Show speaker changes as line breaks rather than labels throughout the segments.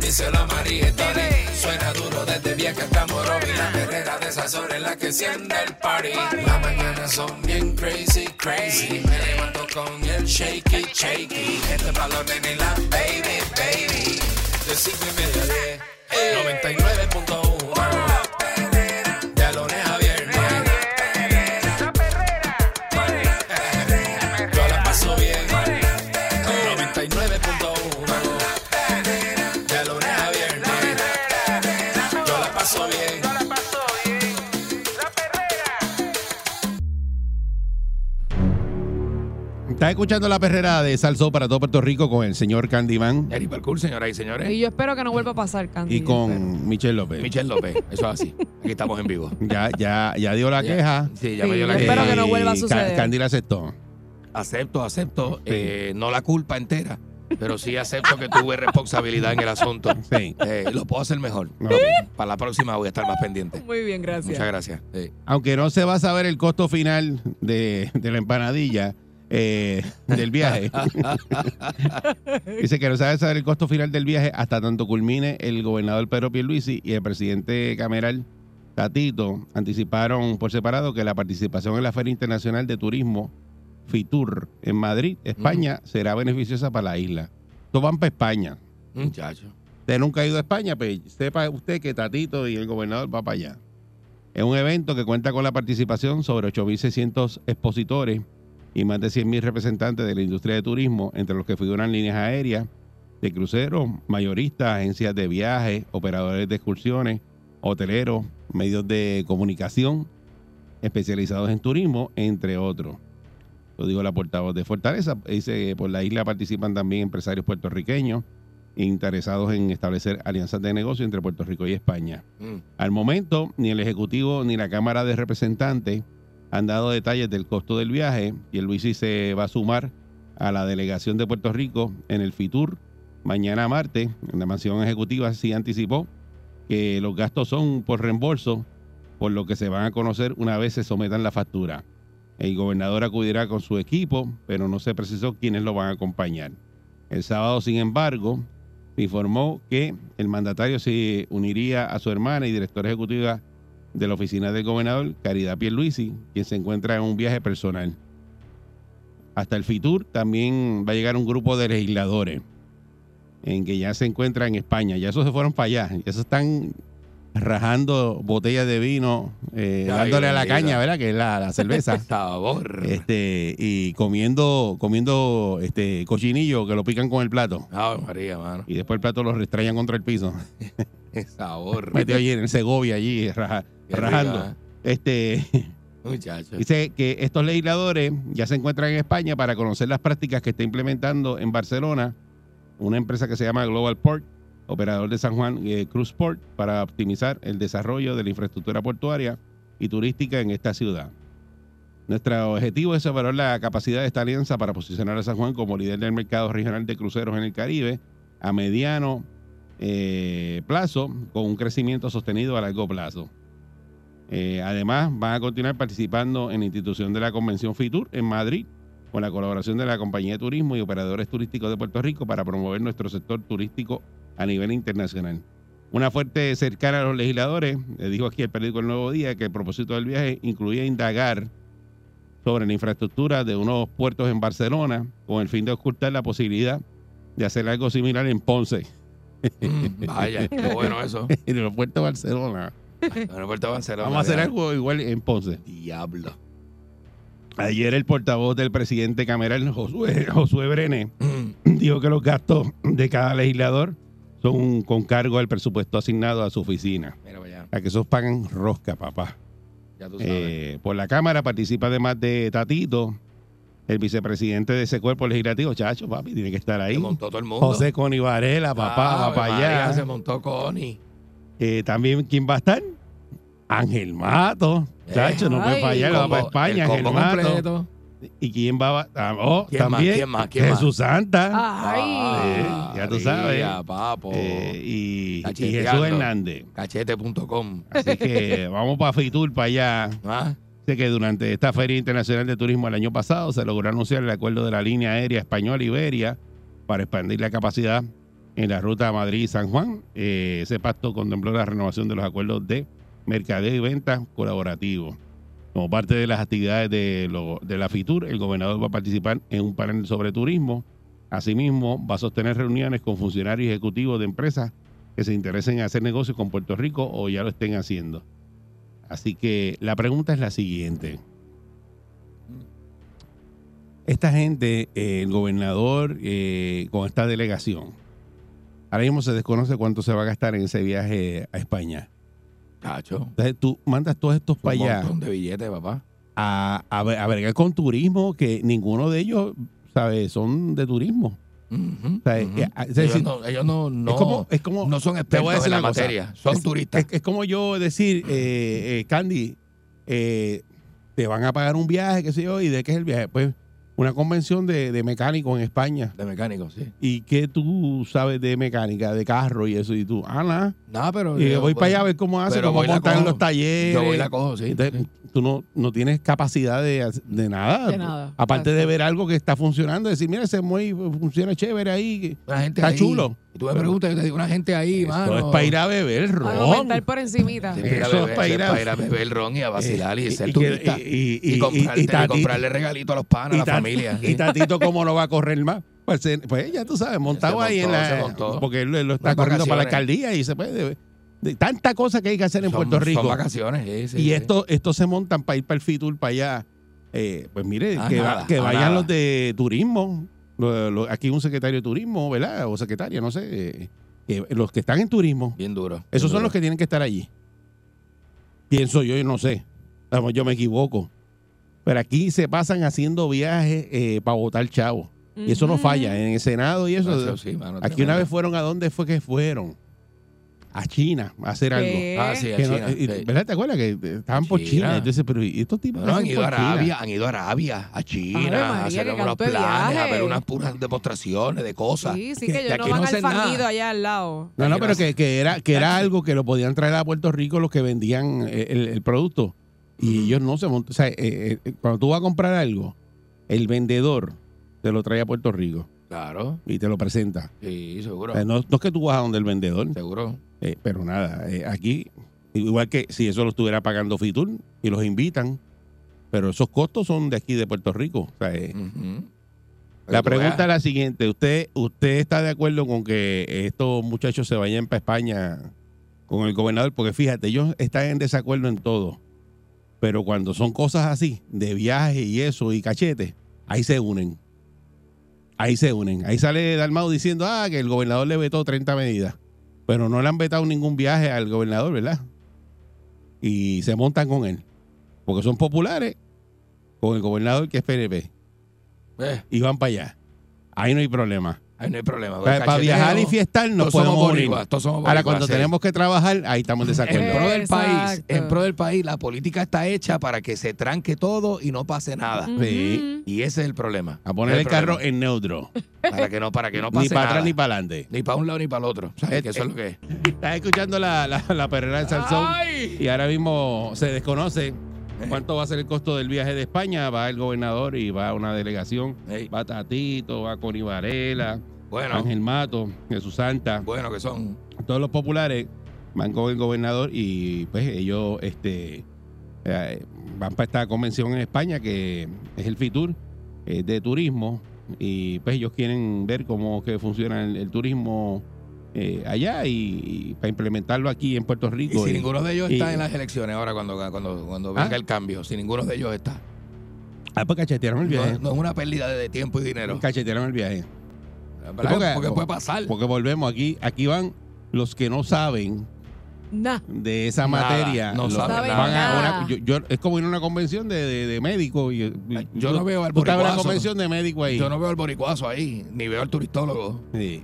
díselo a María y Tony. Suena duro desde bien que estamos Robin. La perrera de esas horas es la que enciende el Ah. party. Las mañanas son bien crazy, crazy. Me levanto con el shaky, shaky. Este es pa' los nenes y la baby, baby. De cinco y media a diez. 99.1 La perrera De lunes a viernes
la perrera,
yo la paso bien. 99.1. De lunes a viernes. Yo la paso bien.
no la pasó bien. La perrera,
Estás escuchando la perrera de Salso para todo Puerto Rico con el señor Candyman
Jerry Parkour, señoras y señores.
Y yo espero que no vuelva a pasar, Candy.
y con Michelle López.
Michelle López, eso es así. Aquí estamos en vivo.
Ya, ya, ya dio la
Ya.
queja.
Sí, ya
Sí,
me dio la
yo espero
queja.
que no
Y
vuelva a
Ca-
suceder.
Candy la aceptó.
Acepto, acepto. eh, no la culpa entera, pero sí acepto que tuve responsabilidad en el asunto.
Sí.
Eh, lo puedo hacer mejor.
Ok.
Para la próxima voy a estar más pendiente.
Muy bien, gracias.
Muchas gracias. Eh, Sí.
Aunque no se va a saber el costo final de, de la empanadilla eh, del viaje. Dice que no se va a saber el costo final del viaje hasta tanto culmine el gobernador Pedro Pierluisi y el presidente Cameral Tatito anticiparon por separado que la participación en la Feria Internacional de Turismo FITUR en Madrid, España, será beneficiosa para la isla. Todos van para España.
Muchacho.
Usted nunca ha ido a España, pues sepa usted que Tatito y el gobernador va para allá. Es un evento que cuenta con la participación sobre 8.600 expositores y más de 100.000 representantes de la industria de turismo, entre los que figuran líneas aéreas, de cruceros, mayoristas, agencias de viajes, operadores de excursiones, hoteleros, medios de comunicación especializados en turismo, entre otros. Lo digo la portavoz de Fortaleza. Dice que por la isla participan también empresarios puertorriqueños interesados en establecer alianzas de negocio entre Puerto Rico y España.
Mm.
Al momento, ni el Ejecutivo ni la Cámara de Representantes han dado detalles del costo del viaje y el Luisi se va a sumar a la delegación de Puerto Rico en el FITUR mañana martes. En la mansión ejecutiva sí anticipó que los gastos son por reembolso, por lo que se van a conocer una vez se sometan la factura. El gobernador acudirá con su equipo, pero no se precisó quiénes lo van a acompañar. El sábado, sin embargo, se informó que el mandatario se uniría a su hermana y directora ejecutiva de la oficina del gobernador, Caridad Pierluisi, quien se encuentra en un viaje personal. Hasta el FITUR también va a llegar un grupo de legisladores en que ya se encuentra en España. Ya esos se fueron para allá. Ya esos están rajando botellas de vino, eh,
Ay,
dándole a la
bendito.
caña, ¿verdad? Que es la, la cerveza.
Sabor.
este y comiendo comiendo este cochinillo que lo pican con el plato
Ay, María, mano.
y después el plato lo restrayan contra el piso
Sabor.
metido allí en el Segovia allí raja-
Qué rico,
rajando este
¿eh? Muchacho.
dice que estos legisladores ya se encuentran en España para conocer las prácticas que está implementando en Barcelona una empresa que se llama Global Port operador de San Juan eh, Cruz Port para optimizar el desarrollo de la infraestructura portuaria y turística en esta ciudad Nuestro objetivo es evaluar la capacidad de esta alianza para posicionar a San Juan como líder del mercado regional de cruceros en el Caribe a mediano eh, plazo con un crecimiento sostenido a largo plazo. Eh, además, van a continuar participando en la institución de la Convención FITUR en Madrid con la colaboración de la Compañía de Turismo y Operadores Turísticos de Puerto Rico para promover nuestro sector turístico a nivel internacional. Una fuerte cercana a los legisladores, eh, dijo aquí el periódico El Nuevo Día, que el propósito del viaje incluía indagar sobre la infraestructura de unos puertos en Barcelona con el fin de ocultar la posibilidad de hacer algo similar en Ponce,
Mm, vaya, qué bueno eso.
en el puerto de Barcelona.
Aeropuerto Barcelona.
Vamos a hacer algo igual en Ponce.
Diablo.
Ayer el portavoz del presidente Cameral, Josué, Josué Brené,
Mm.
dijo que los gastos de cada legislador son con cargo al presupuesto asignado a su oficina.
Mira, vaya.
A que esos pagan rosca, papá.
Ya tú sabes.
Eh, por la Cámara participa además de Tatito, el vicepresidente de ese cuerpo legislativo. Chacho, papi, tiene que estar
Se
ahí.
montó todo el mundo.
José Coni Varela, papá,
Ah,
va para
María,
allá.
Se montó Connie.
Eh, También, ¿quién va a estar? Ángel Mato. Chacho, no puede
Ay.
fallar. Va
Combo-
para España,
el
Ángel
combo
Mato.
completo.
¿Y quién va? a- Oh,
¿Quién más?
también.
¿Quién más? ¿Quién más?
Jesús Santa.
Ay.
Eh, ya tú sabes.
Ah, María, papo.
eh, y,
Está
y Jesús
chequeando.
Hernández.
Cachete.com.
Así que vamos para Fitur, para allá.
¿Ah?
Dice que durante esta Feria Internacional de Turismo el año pasado se logró anunciar el acuerdo de la línea aérea española Iberia para expandir la capacidad en la ruta Madrid-San Juan. Eh, ese pacto contempló la renovación de los acuerdos de mercadeo y ventas colaborativos. Como parte de las actividades de, lo- de la FITUR, el gobernador va a participar en un panel sobre turismo. Asimismo, va a sostener reuniones con funcionarios ejecutivos de empresas que se interesen en hacer negocios con Puerto Rico o ya lo estén haciendo. Así que la pregunta es la siguiente. Esta gente, eh, el gobernador, eh, con esta delegación, ahora mismo se desconoce cuánto se va a gastar en ese viaje a España.
Cacho.
Entonces tú mandas todos estos para
Un
allá
montón de billetes, papá.
a, a, ver- a bregar con turismo, que ninguno de ellos, ¿sabes? Son de turismo.
Ujú,
O sea, eh,
ujú.
eh, es
ellos
decir,
no, ellos no, no,
es como, es como
no son
te voy a
expertos
decir
en la
una cosa.
materia. Son
es,
turistas.
Es, es como yo decir, eh, eh, Candy, eh, te van a pagar un viaje, qué sé yo, y de qué es el viaje. Pues una convención de, de mecánicos en España.
de mecánicos, sí.
¿Y qué tú sabes de mecánica, de carro y eso? Y tú, ah, nada.
Nada, pero.
Y
yo
voy para allá a ver cómo hace,
pero
cómo
voy y la
montan
cojo.
los talleres.
Yo voy y la cojo, sí.
Entonces,
sí.
tú no, no tienes capacidad de, hac- de nada.
De nada,
Aparte de
exacto.
ver algo que está funcionando, decir, mira, ese muy funciona chévere ahí. que-
Una gente
Está
ahí.
chulo.
Y tú me preguntas, yo te digo, una gente ahí, mano.
Esto es para ir a beber
A
ron.
comentar por encimita.
Sí, para ir a
Eso es
beber-
para ir
eso es
a-
para ir a beber ron y a vacilar y
Eh,
ser
y- y-
turista.
y-
Y,
y- y- y-
comprarte-
y
y
Tati-
comprarle regalito a los panas, a la
Tat-
familia.
y
sí.
Tatito, ¿cómo no va a correr más? Pues, se- pues ya tú sabes, montado
Se
ahí en
montó, se
la.
montó.
Porque él, él lo está
Unas
corriendo para la
vacaciones.
alcaldía y se puede. De, de tanta cosa que hay que hacer en
Son-
Puerto Rico.
Son vacaciones, sí, sí,
y
sí.
estos estos se montan para ir para el Fitur, para allá. Eh, pues mire,
A
que, va-
Ah, nada,
que
a
vayan
nada.
los de turismo. lo- lo- aquí un secretario de turismo, ¿verdad? O secretaria, no sé. eh, que los que están en turismo,
Bien duro.
esos
bien
son los
duro.
que tienen que estar allí. Pienso yo, yo no sé. Vamos, yo me equivoco. Pero aquí se pasan haciendo viajes para votar chavo. Y eso no falla. En el Senado y eso.
Eso sí, mano,
aquí
tremendo.
una vez fueron a dónde fue que fueron. A China a hacer algo.
¿Qué?
Ah, sí, a
Que no-
China,
y-
sí.
¿Verdad? ¿Te acuerdas que eh, estaban por China?
China.
Entonces, pero ¿y estos tipos
No,
que
no, han
hacen
ido a
por China?
Arabia, han ido a Arabia, a
Ave
China,
María,
a hacer
que
unos
canto de
planes, a
viaje.
ver unas puras demostraciones de cosas.
Sí, sí, que
Que- que
ellos no
aquí
van al
hacen nada.
fangido allá al lado.
No, no,
Aquí no
pero
hace-
que, que era, que era algo que lo podían traer a Puerto Rico los que vendían eh, el, el producto. Y ellos no se montan. O sea, eh, eh, eh, cuando tú vas a comprar algo, el vendedor te lo trae a Puerto Rico
Claro,
y te lo presenta.
sí,
O
seguro.
sea, Eh, no, no es que tú vas a donde el vendedor,
Seguro.
eh, pero nada, eh, aquí, igual que si eso lo estuviera pagando Fitur y los invitan, pero esos costos son de aquí, de Puerto Rico. O sea, eh,
Ujú. Para que
la
tú
pregunta es
veas.
la siguiente: ¿Usted, ¿Usted está de acuerdo con que estos muchachos se vayan para España con el gobernador? Porque fíjate, ellos están en desacuerdo en todo. Pero cuando son cosas así, de viaje y eso, y cachete, ahí se unen. Ahí se unen. Ahí sale Dalmau diciendo, ah, que el gobernador le vetó 30 medidas. Pero no le han vetado ningún viaje al gobernador, ¿verdad? Y se montan con él. Porque son populares con el gobernador que es PNP
Eh,
y van para allá. Ahí no hay problema.
ahí no hay problema.
Pa- Pues, Para,
Cacheteo.
viajar y fiestar nos
Todos somos
podemos unir.
boricuas, todos somos
Ahora,
boricuas,
cuando
sí.
tenemos que trabajar, ahí estamos en
En
desacuerdo.
pro del país,
Exacto.
en pro del país, la política está hecha para que se tranque todo y no pase nada.
Sí.
Y ese es el problema.
A poner el
Ese es
carro
problema.
en neutro.
para que no, para que no pase
ni para
nada.
atrás ni para adelante.
Ni pa' un lado ni para el otro. ¿Sabes?
Eh,
que eso es lo que es.
Estás escuchando la, la, la perrera de Sansón. Y ahora mismo se desconoce cuánto va a ser el costo del viaje de España. Va el gobernador y va una delegación.
Ey,
Va Tatito, va Connie Varela,
bueno,
Ángel Mato, Jesús Santa.
bueno que son.
todos los populares van con el gobernador y pues ellos este eh, van para esta convención en España que es el FITUR eh, de turismo y pues ellos quieren ver cómo que funciona el, el turismo eh, allá y, y para implementarlo aquí en Puerto
Y
Rico.
si
Y-
ninguno de ellos
y-
está en las elecciones ahora cuando, cuando, cuando
¿Ah?
venga el cambio, si ninguno de ellos está.
Ah, pues cachetearon el
No,
viaje.
no es una pérdida de tiempo y dinero.
Cachetearon el viaje.
¿Verdad?
Porque-
Porque, puede pasar.
Porque volvemos aquí, aquí van los que no saben
Nah.
de esa
Nada,
materia.
no
Los-
saben
van
nada.
a una- yo- yo- es como ir a una convención de, de, de médicos. y- y-
yo
tú-
no veo al
Tú estás en una
boricuazo.
convención de médicos ahí.
Yo no veo al boricuazo ahí, ni veo al turistólogo.
Sí.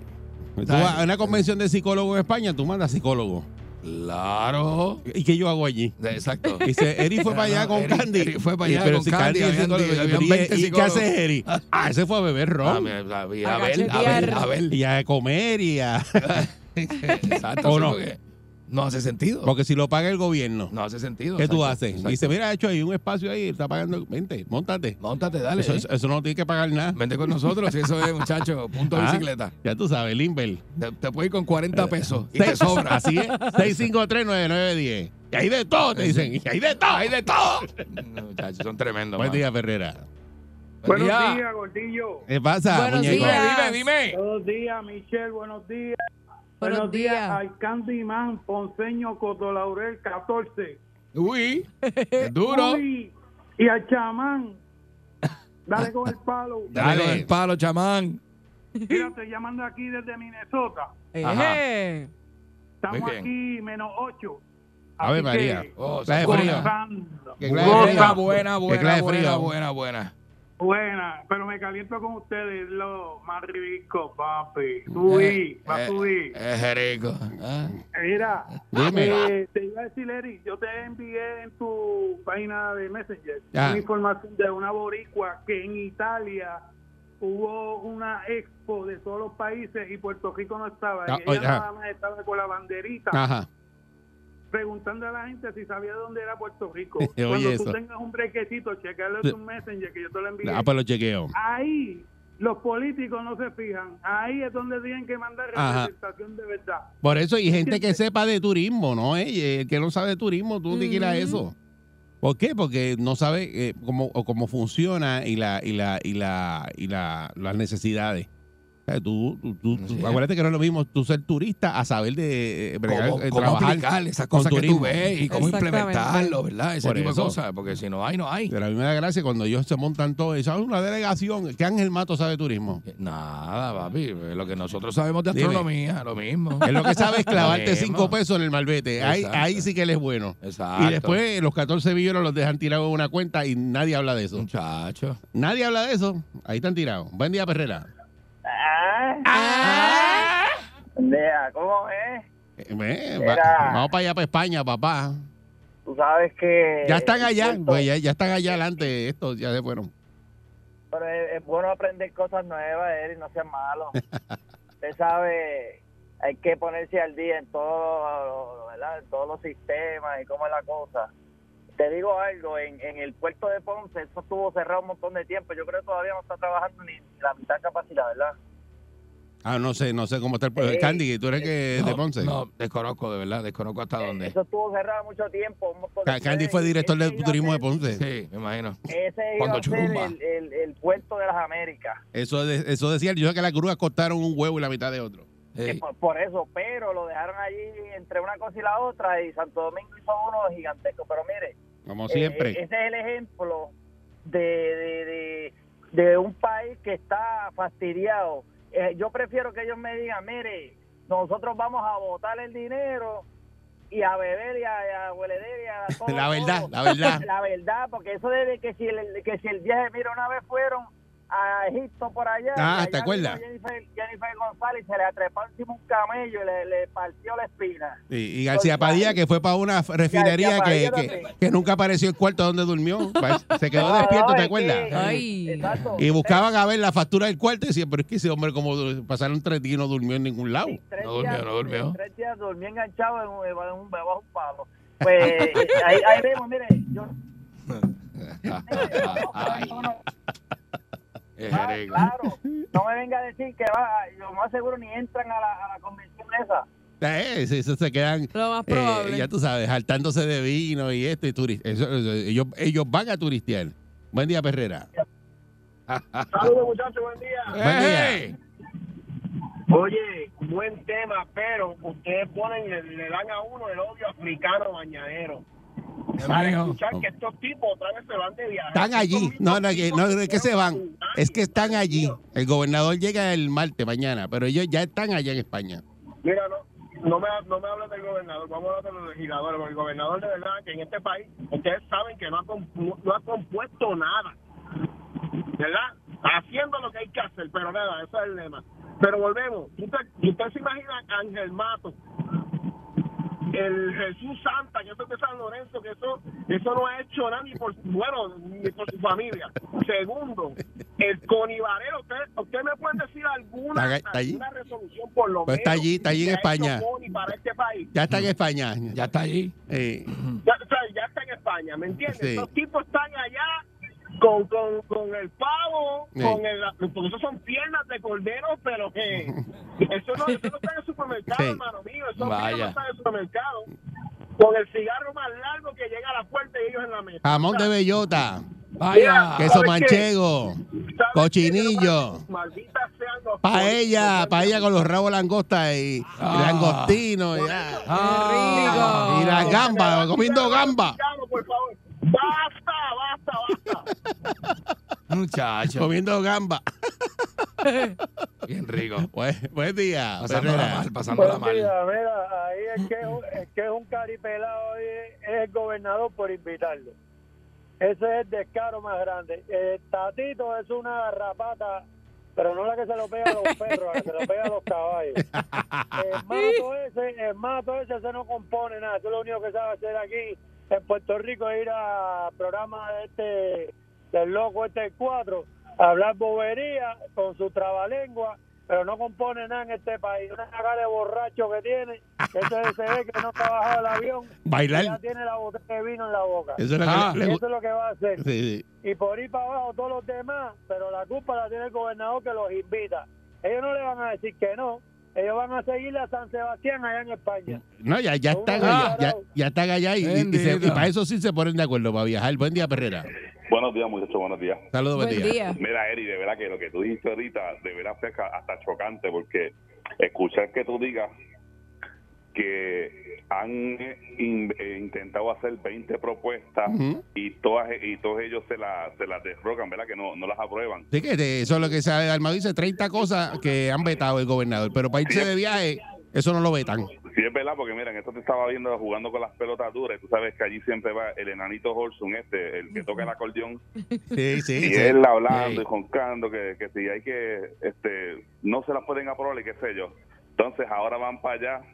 Tú vas a una convención de psicólogos en España, tú mandas psicólogo.
Claro.
¿Y qué yo hago allí?
Exacto.
Dice, Eri fue para allá con
Eri-
Candy.
Eri fue para allá
Pero
con
si
Candy,
es
habían-
psicólogo,
habían
pero ¿y-
20
¿Y qué
psicólogos.
hace Eri? Ah, ese fue a beber
Ah,
ron.
mira, a ver,
A
a ver, a ver,
cachetear.
a ver.
Y a comer y a...
Exacto.
¿O
sí,
no?
porque no hace sentido.
Porque si lo paga el gobierno,
No hace sentido.
¿qué tú
exacto,
haces?
exacto.
Dice, mira, hecho, hay un espacio ahí, está pagando... Vente, montate.
Móntate, dale.
Eso,
eh.
eso- eso no tiene que pagar nada.
Vente con nosotros, si eso es, muchacho. Punto de
Ah.
bicicleta.
Ya tú sabes, Limber.
Te, te puedes ir con 40 pesos y te sobra.
Eh, Así es. 6539910. Y ahí de todo, te dicen. Y ahí de todo. Ahí de todo.
No, muchachos, son tremendos.
Buen
mano.
día, Ferrera.
Buen
Buenos
día.
días, gordillo.
¿Qué pasa,
Buenos
muñeco?
días.
Dime, dime.
Buenos días, Michelle. Buenos días.
Buenos días.
al Candyman Ponceño Cotolaurel 14.
Uy, es duro.
Uy, y al chamán. Dale con el palo.
Dale con
Dale.
el palo, chamán.
Mira, estoy llamando aquí desde Minnesota.
Ajá.
Eh,
Estamos
Muy bien.
aquí menos 8.
A ver, María.
Oh,
Clase de
son
frío.
Gozando.
¿Qué clase de
Buena,
frío?
buena,
¿Qué
buena,
clase de
buena,
frío?
buena, buena.
Buena, pero me caliento con ustedes, lo más rico,
Eh,
papi. Subí, va a subir.
Es rico. Ah.
Mira,
Dime.
eh, te iba a decir, Eric, yo te envié en tu página de Messenger
Ah.
una información de una boricua que en Italia hubo una expo de todos los países y Puerto Rico no estaba.
Ah,
y
oye,
ella
ajá.
nada más estaba con la banderita
Ajá.
preguntando a la gente si sabía de dónde era Puerto Rico.
Oye,
Cuando tú
eso.
tengas un brequecito, checarlo en tu Messenger que yo te lo envié.
Ah, pues lo chequeo.
Ahí los políticos no se fijan. Ahí es donde tienen que mandar
Ajá.
representación de verdad.
Por eso, y gente que sepa de turismo, ¿no? Eh, el que no sabe de turismo, tú no te quieras
Ujú.
eso. ¿Por qué? Porque no sabe eh, cómo, o cómo funciona y la y la y la y la, las necesidades. O sea, tú, tú- tú- tú-
Sí.
acuérdate que no es lo mismo tú ser turista a saber de eh, bregar,
¿Cómo,
eh,
cómo aplicar esas
con
cosas que tú
turismo.
ves y cómo
Exactamente.
implementarlo, ¿verdad? Ese
Por
tipo
eso.
de cosas. Porque si no hay, no hay.
Pero a mí me da gracia cuando ellos se montan todo eso. Es una delegación. ¿Qué Ángel Mato sabe de turismo?
Eh, Nada, papi. Lo que nosotros sabemos de
Dime.
astronomía, lo mismo.
Él lo que sabe es clavarte
Mismo.
cinco pesos en el malvete. Ahí,
Exacto.
ahí sí que él es bueno.
Exacto.
Y después los 14 billones los dejan tirados en una cuenta y nadie habla de eso.
Muchacho.
Nadie habla de eso. Ahí están tirados. Buen día, Perrera. Ah.
Mira, Ah. ¿cómo es?
Eh, ve,
Era-
va- vamos para allá, para España, papá.
Tú sabes que...
Ya están allá.
Puerto-
pues, ya, ya están allá adelante. Estos ya se fueron.
Pero es, es bueno aprender cosas nuevas, Eric, no seas malo. Usted sabe, hay que ponerse al día en, todo, ¿verdad? en todos los sistemas y cómo es la cosa. Te digo algo, en, en el puerto de Ponce, eso estuvo cerrado un montón de tiempo. Yo creo que todavía no está trabajando ni la mitad de capacidad, ¿verdad?
Ah, no sé, no sé cómo está el pueblo.
Eh,
Candy, tú eres que de Ponce.
No, desconozco, de verdad. Desconozco hasta dónde.
Eso estuvo cerrado mucho tiempo. un montón de
Ca- Candy
tiempo.
fue director
Ese
de
iba a
turismo de
ser-
Ponce.
Sí, me imagino.
Ese iba
Cuando
a ser
chumba.
el, el, el puerto de las Américas.
Eso, de- eso decía yo que las grúas costaron un huevo y la mitad de otro.
Que
Sí.
Eh, por, por eso, pero lo dejaron allí entre una cosa y la otra y Santo Domingo hizo uno gigantesco. Pero mire,
Como
eh,
siempre.
ese es el ejemplo de, de, de- de un país que está fastidiado. Eh, yo prefiero que ellos me digan, mire, nosotros vamos a botar el dinero y a beber y a, y a hueleder y a todo,
la verdad,
todo".
la verdad.
La verdad, porque eso de que si el, que si el viaje, mira, una vez fueron a Egipto por allá.
Ah,
y allá
¿te acuerdas?
vino Jennifer, Jennifer González se le atrepó encima un camello y le, le partió la espina.
Y, y García Padilla, que fue para una refinería que,
García eh, Padilla
que,
también.
que nunca apareció el cuarto donde durmió. Pa- Se quedó
No,
despierto,
no,
¿te
es
acuerdas?
que-
Ay.
Exacto.
Y buscaban a ver la factura del cuarto y decían, pero es que ese hombre como du- pasaron tres días y no durmió en ningún lado.
Sí, tres
No durmió,
días-
no durmió.
Tres días dormí enganchado en un, en un- bajo un palo. Pues ahí, ahí vemos, mire, yo...
Ah,
Ay, eh, es
Ah,
rico.
claro, no me venga a decir que va, lo más seguro ni entran a la, a la convención esa.
Eh, sí, eso se quedan,
Lo más
eh,
probable.
ya tú sabes, saltándose de vino y esto y turi- eso- eso- ellos, ellos van a turistear. Buen día, Perrera.
Saludos muchachos, buen día.
Buen día.
Ey,
Oye, buen tema, pero ustedes ponen, le, le dan a uno el odio africano bañadero. Para
amigo.
escuchar que estos tipos otra vez se van de viaje.
Están allí.
Estos
No, no, que,
mismos
no
tipos
es que se van. Es que están allí. El gobernador llega el martes mañana, pero ellos ya están allá en España.
Mira, no, no, me, no me hables del gobernador, vamos a hablar de los legisladores, porque el gobernador de verdad que en este país, ustedes saben que no ha, compu- no ha compuesto nada, ¿verdad? Haciendo lo que hay que hacer, pero nada, ese es el lema. Pero volvemos, ¿usted, usted se imagina a Ángel Mato
el Jesús Santa, que eso es de San Lorenzo, que eso, eso no ha hecho nada ni por, bueno, ni por su familia. Segundo, el conibarero, usted, usted me puede decir alguna,
Está- está allí.
alguna resolución por lo
Pues
menos.
está allí, está allí en
que ha hecho
España.
Coni para este país.
Ya está en España.
Ya está allí.
Eh,
Ya, o sea, ya está en España, ¿me entiendes?
Sí.
Los tipos están allá con, con, con el pavo,
Sí.
con el, porque eso son piernas de cordero, pero que eso no, eso no está en el supermercado,
Sí.
hermano mío, eso no
Vaya.
está en el supermercado. Con el cigarro más largo que llega a la puerta y ellos en la mesa.
jamón de bellota,
Vaya.
Mira,
queso
¿sabes qué?
manchego,
¿Sabes qué?
cochinillo.
Maldita sean los
paella,
políticos.
paella con los rabos de langosta y, y
Ah.
langostino. y, ah.
Ah.
Y las gambas, comiendo gamba.
Por favor. Basta, basta, basta.
Muchacho.
Comiendo gamba.
Bien rico.
Buen, buen día.
Pasándola
Ferrera.
mal, pasándola
Buenos
mal.
días, Pues mira, ahí es que, es que es un caripelado y es el gobernador por invitarlo. Ese es el descaro más grande. Eh, Tatito es una garrapata, pero no la que se lo pega a los perros, la que se lo pega a los caballos. El mato ese, el mato ese, ese no compone nada. Eso es lo único que sabe hacer aquí en Puerto Rico es ir a programa de este, del loco este 4, hablar bobería con su trabalengua, pero no compone nada en este país. Una cara de borracho que tiene, que ese se ve que no está bajado el avión,
Bailar.
y ya tiene la botella de vino en la boca.
Eso es lo que
Ah.
le- le-
Eso es lo que va a hacer.
sí, sí.
Y por ir para abajo todos los demás, pero la culpa la tiene el gobernador que los invita. Ellos no le van a decir que no. Ellos van a seguirle a San Sebastián allá en España.
No, ya, ya está allá. Ya, ya está allá y, y- y se- y para eso sí se ponen de acuerdo, para viajar. Buen día, Perrera.
Buenos días, muchachos, buenos días.
Saludos, buen,
Buen
día.
día.
Mira, Eri, de verdad que lo que tú dijiste ahorita, de verdad fue ca- hasta chocante, porque escuchar que tú digas que han eh, in- eh, intentado hacer 20 propuestas
Ujú.
y todas y todos ellos se las se las desrocan, ¿verdad? Que no, no las aprueban.
Así que de- eso es lo que sabe Dalmau. Dice 30 cosas que han vetado el gobernador, pero para irse de viaje, eso no lo vetan.
Sí, es verdad, porque miren, esto te estaba viendo jugando con las pelotas duras. y Tú sabes que allí siempre va el enanito Holson, este, el que toca el acordeón,
Sí, sí,
y
sí.
él hablando
Sí.
y joncando que, que si hay que, este, no se las pueden aprobar y qué sé yo. Entonces ahora van para allá,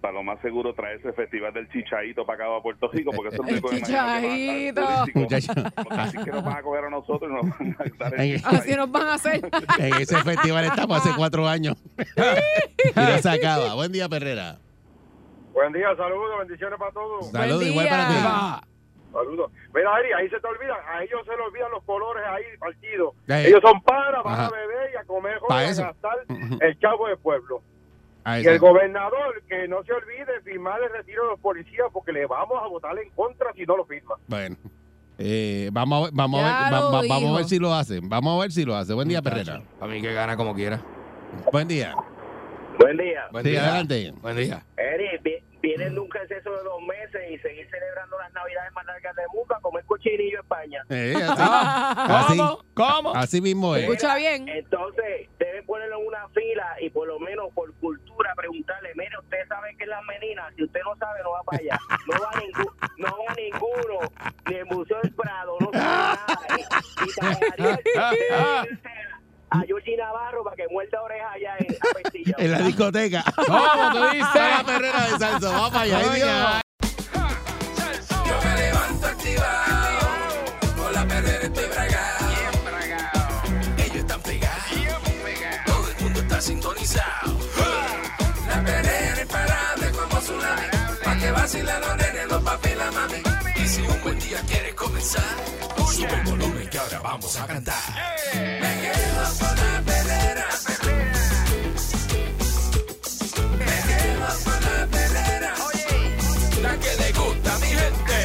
para lo más seguro traerse el festival del chichaíto para acá a Puerto Rico, porque eso es lo
El
único que imagino que van a estar
Chichaíto.
turístico,
Muchacho.
porque Así que nos van a coger a nosotros y nos van a dar el
Así
chichaíto.
nos van a hacer.
En ese festival estamos hace cuatro años. y no se acaba. Buen día, Perrera.
Buen día, saludos, bendiciones para todos.
Saludos,
Buen
igual para ti.
día.
Saludos. Mira, Ari, ahí se te olvidan, a ellos se les olvidan los colores ahí partidos.
Eh.
Ellos son para, van
Ajá.
a beber y a comer
Pa'
joder, y
eso.
a gastar
Ujú.
el chavo del pueblo.
Ahí
Y el
está.
gobernador, que no se olvide firmar el retiro de los policías porque le vamos a votar en contra si no lo firma.
Bueno. Eh, vamos a ver, vamos, a ver,
Ya
va-
lo
va- vamos a ver
dijo.
si lo hacen. Vamos a ver si lo hacen. Buen día, Perrera.
A mí que gana como quiera.
Buen día.
Buen día.
Buen
Sí,
día.
adelante.
Buen día.
Eri, vi- vienen de un receso de dos meses y seguir celebrando las navidades más largas de Muca, comer cochinillo en España.
Eh, así, así-
Ah, ¿Cómo? ¿Cómo?
así mismo es.
Escucha bien.
Entonces, deben ponerlo en una fila y por lo menos por cultura preguntarle, mire, usted sabe que es la menina, si usted no sabe, no va para allá. No va, ningú- no va ninguno, ni el Museo del Prado, no sabe nada. Y, y Tagariel, debe irse a Georgie Navarro para que muerda oreja allá en Apestilla.
En la discoteca.
¿Cómo tú dices?
Está la Perrera de Salso. Vamos para allá. Ay, Dios.
Yo me levanto activado. Con la perrera estoy bragado. Ellos están pegados. Todo el mundo está sintonizado. La perrera es parable como tsunami. Pa' que vacilen los nenes, los papi y la mami. Y si un buen día quieres comenzar, sube el volumen que ahora vamos a cantar. Me quedo con la perrera. Me quedo con la perrera. La que le gusta a mi gente.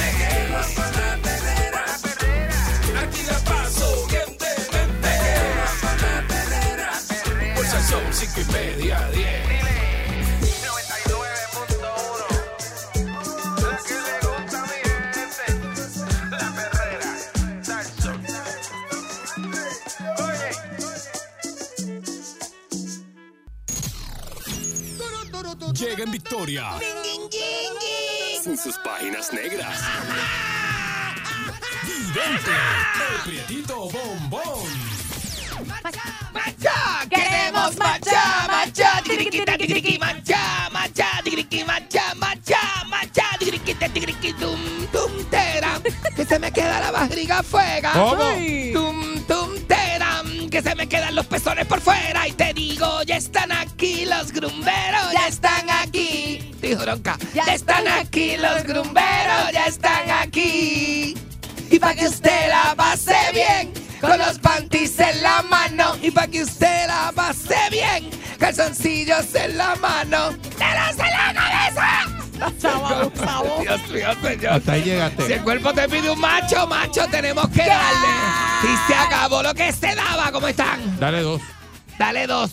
Me quedo con la perrera. Aquí la paso bien de mente. Me quedo con la perrera. Pulsa son cinco y media, diez.
Llega en victoria. Sin sus páginas negras. Vidente. El prietito bombón.
Queremos macha, macha, tiriqui, tiriqui, tiriqui, macha, macha, digriqui, macha, macha, macha, digriqui, te, digriqui, tum, tum, tera, que se me queda la barriga fuega.
¿Cómo?
Tum, tum, teram, que se me quedan los pezones por fuera. Y te digo, ya están aquí los grumberos, ya están aquí. Dijo Ronca, ya están aquí los grumberos, ya están aquí. Y para que usted la pase bien, con los panties en la mano. Y para que usted la pase bien, calzoncillos en la mano. ¡Telas en la cabeza! Dios mío, señor.
Hasta ahí llegaste.
Si el cuerpo te pide un macho, macho, tenemos que darle. Y se acabó lo que se daba. ¿Cómo están?
Dale dos.
Dale dos.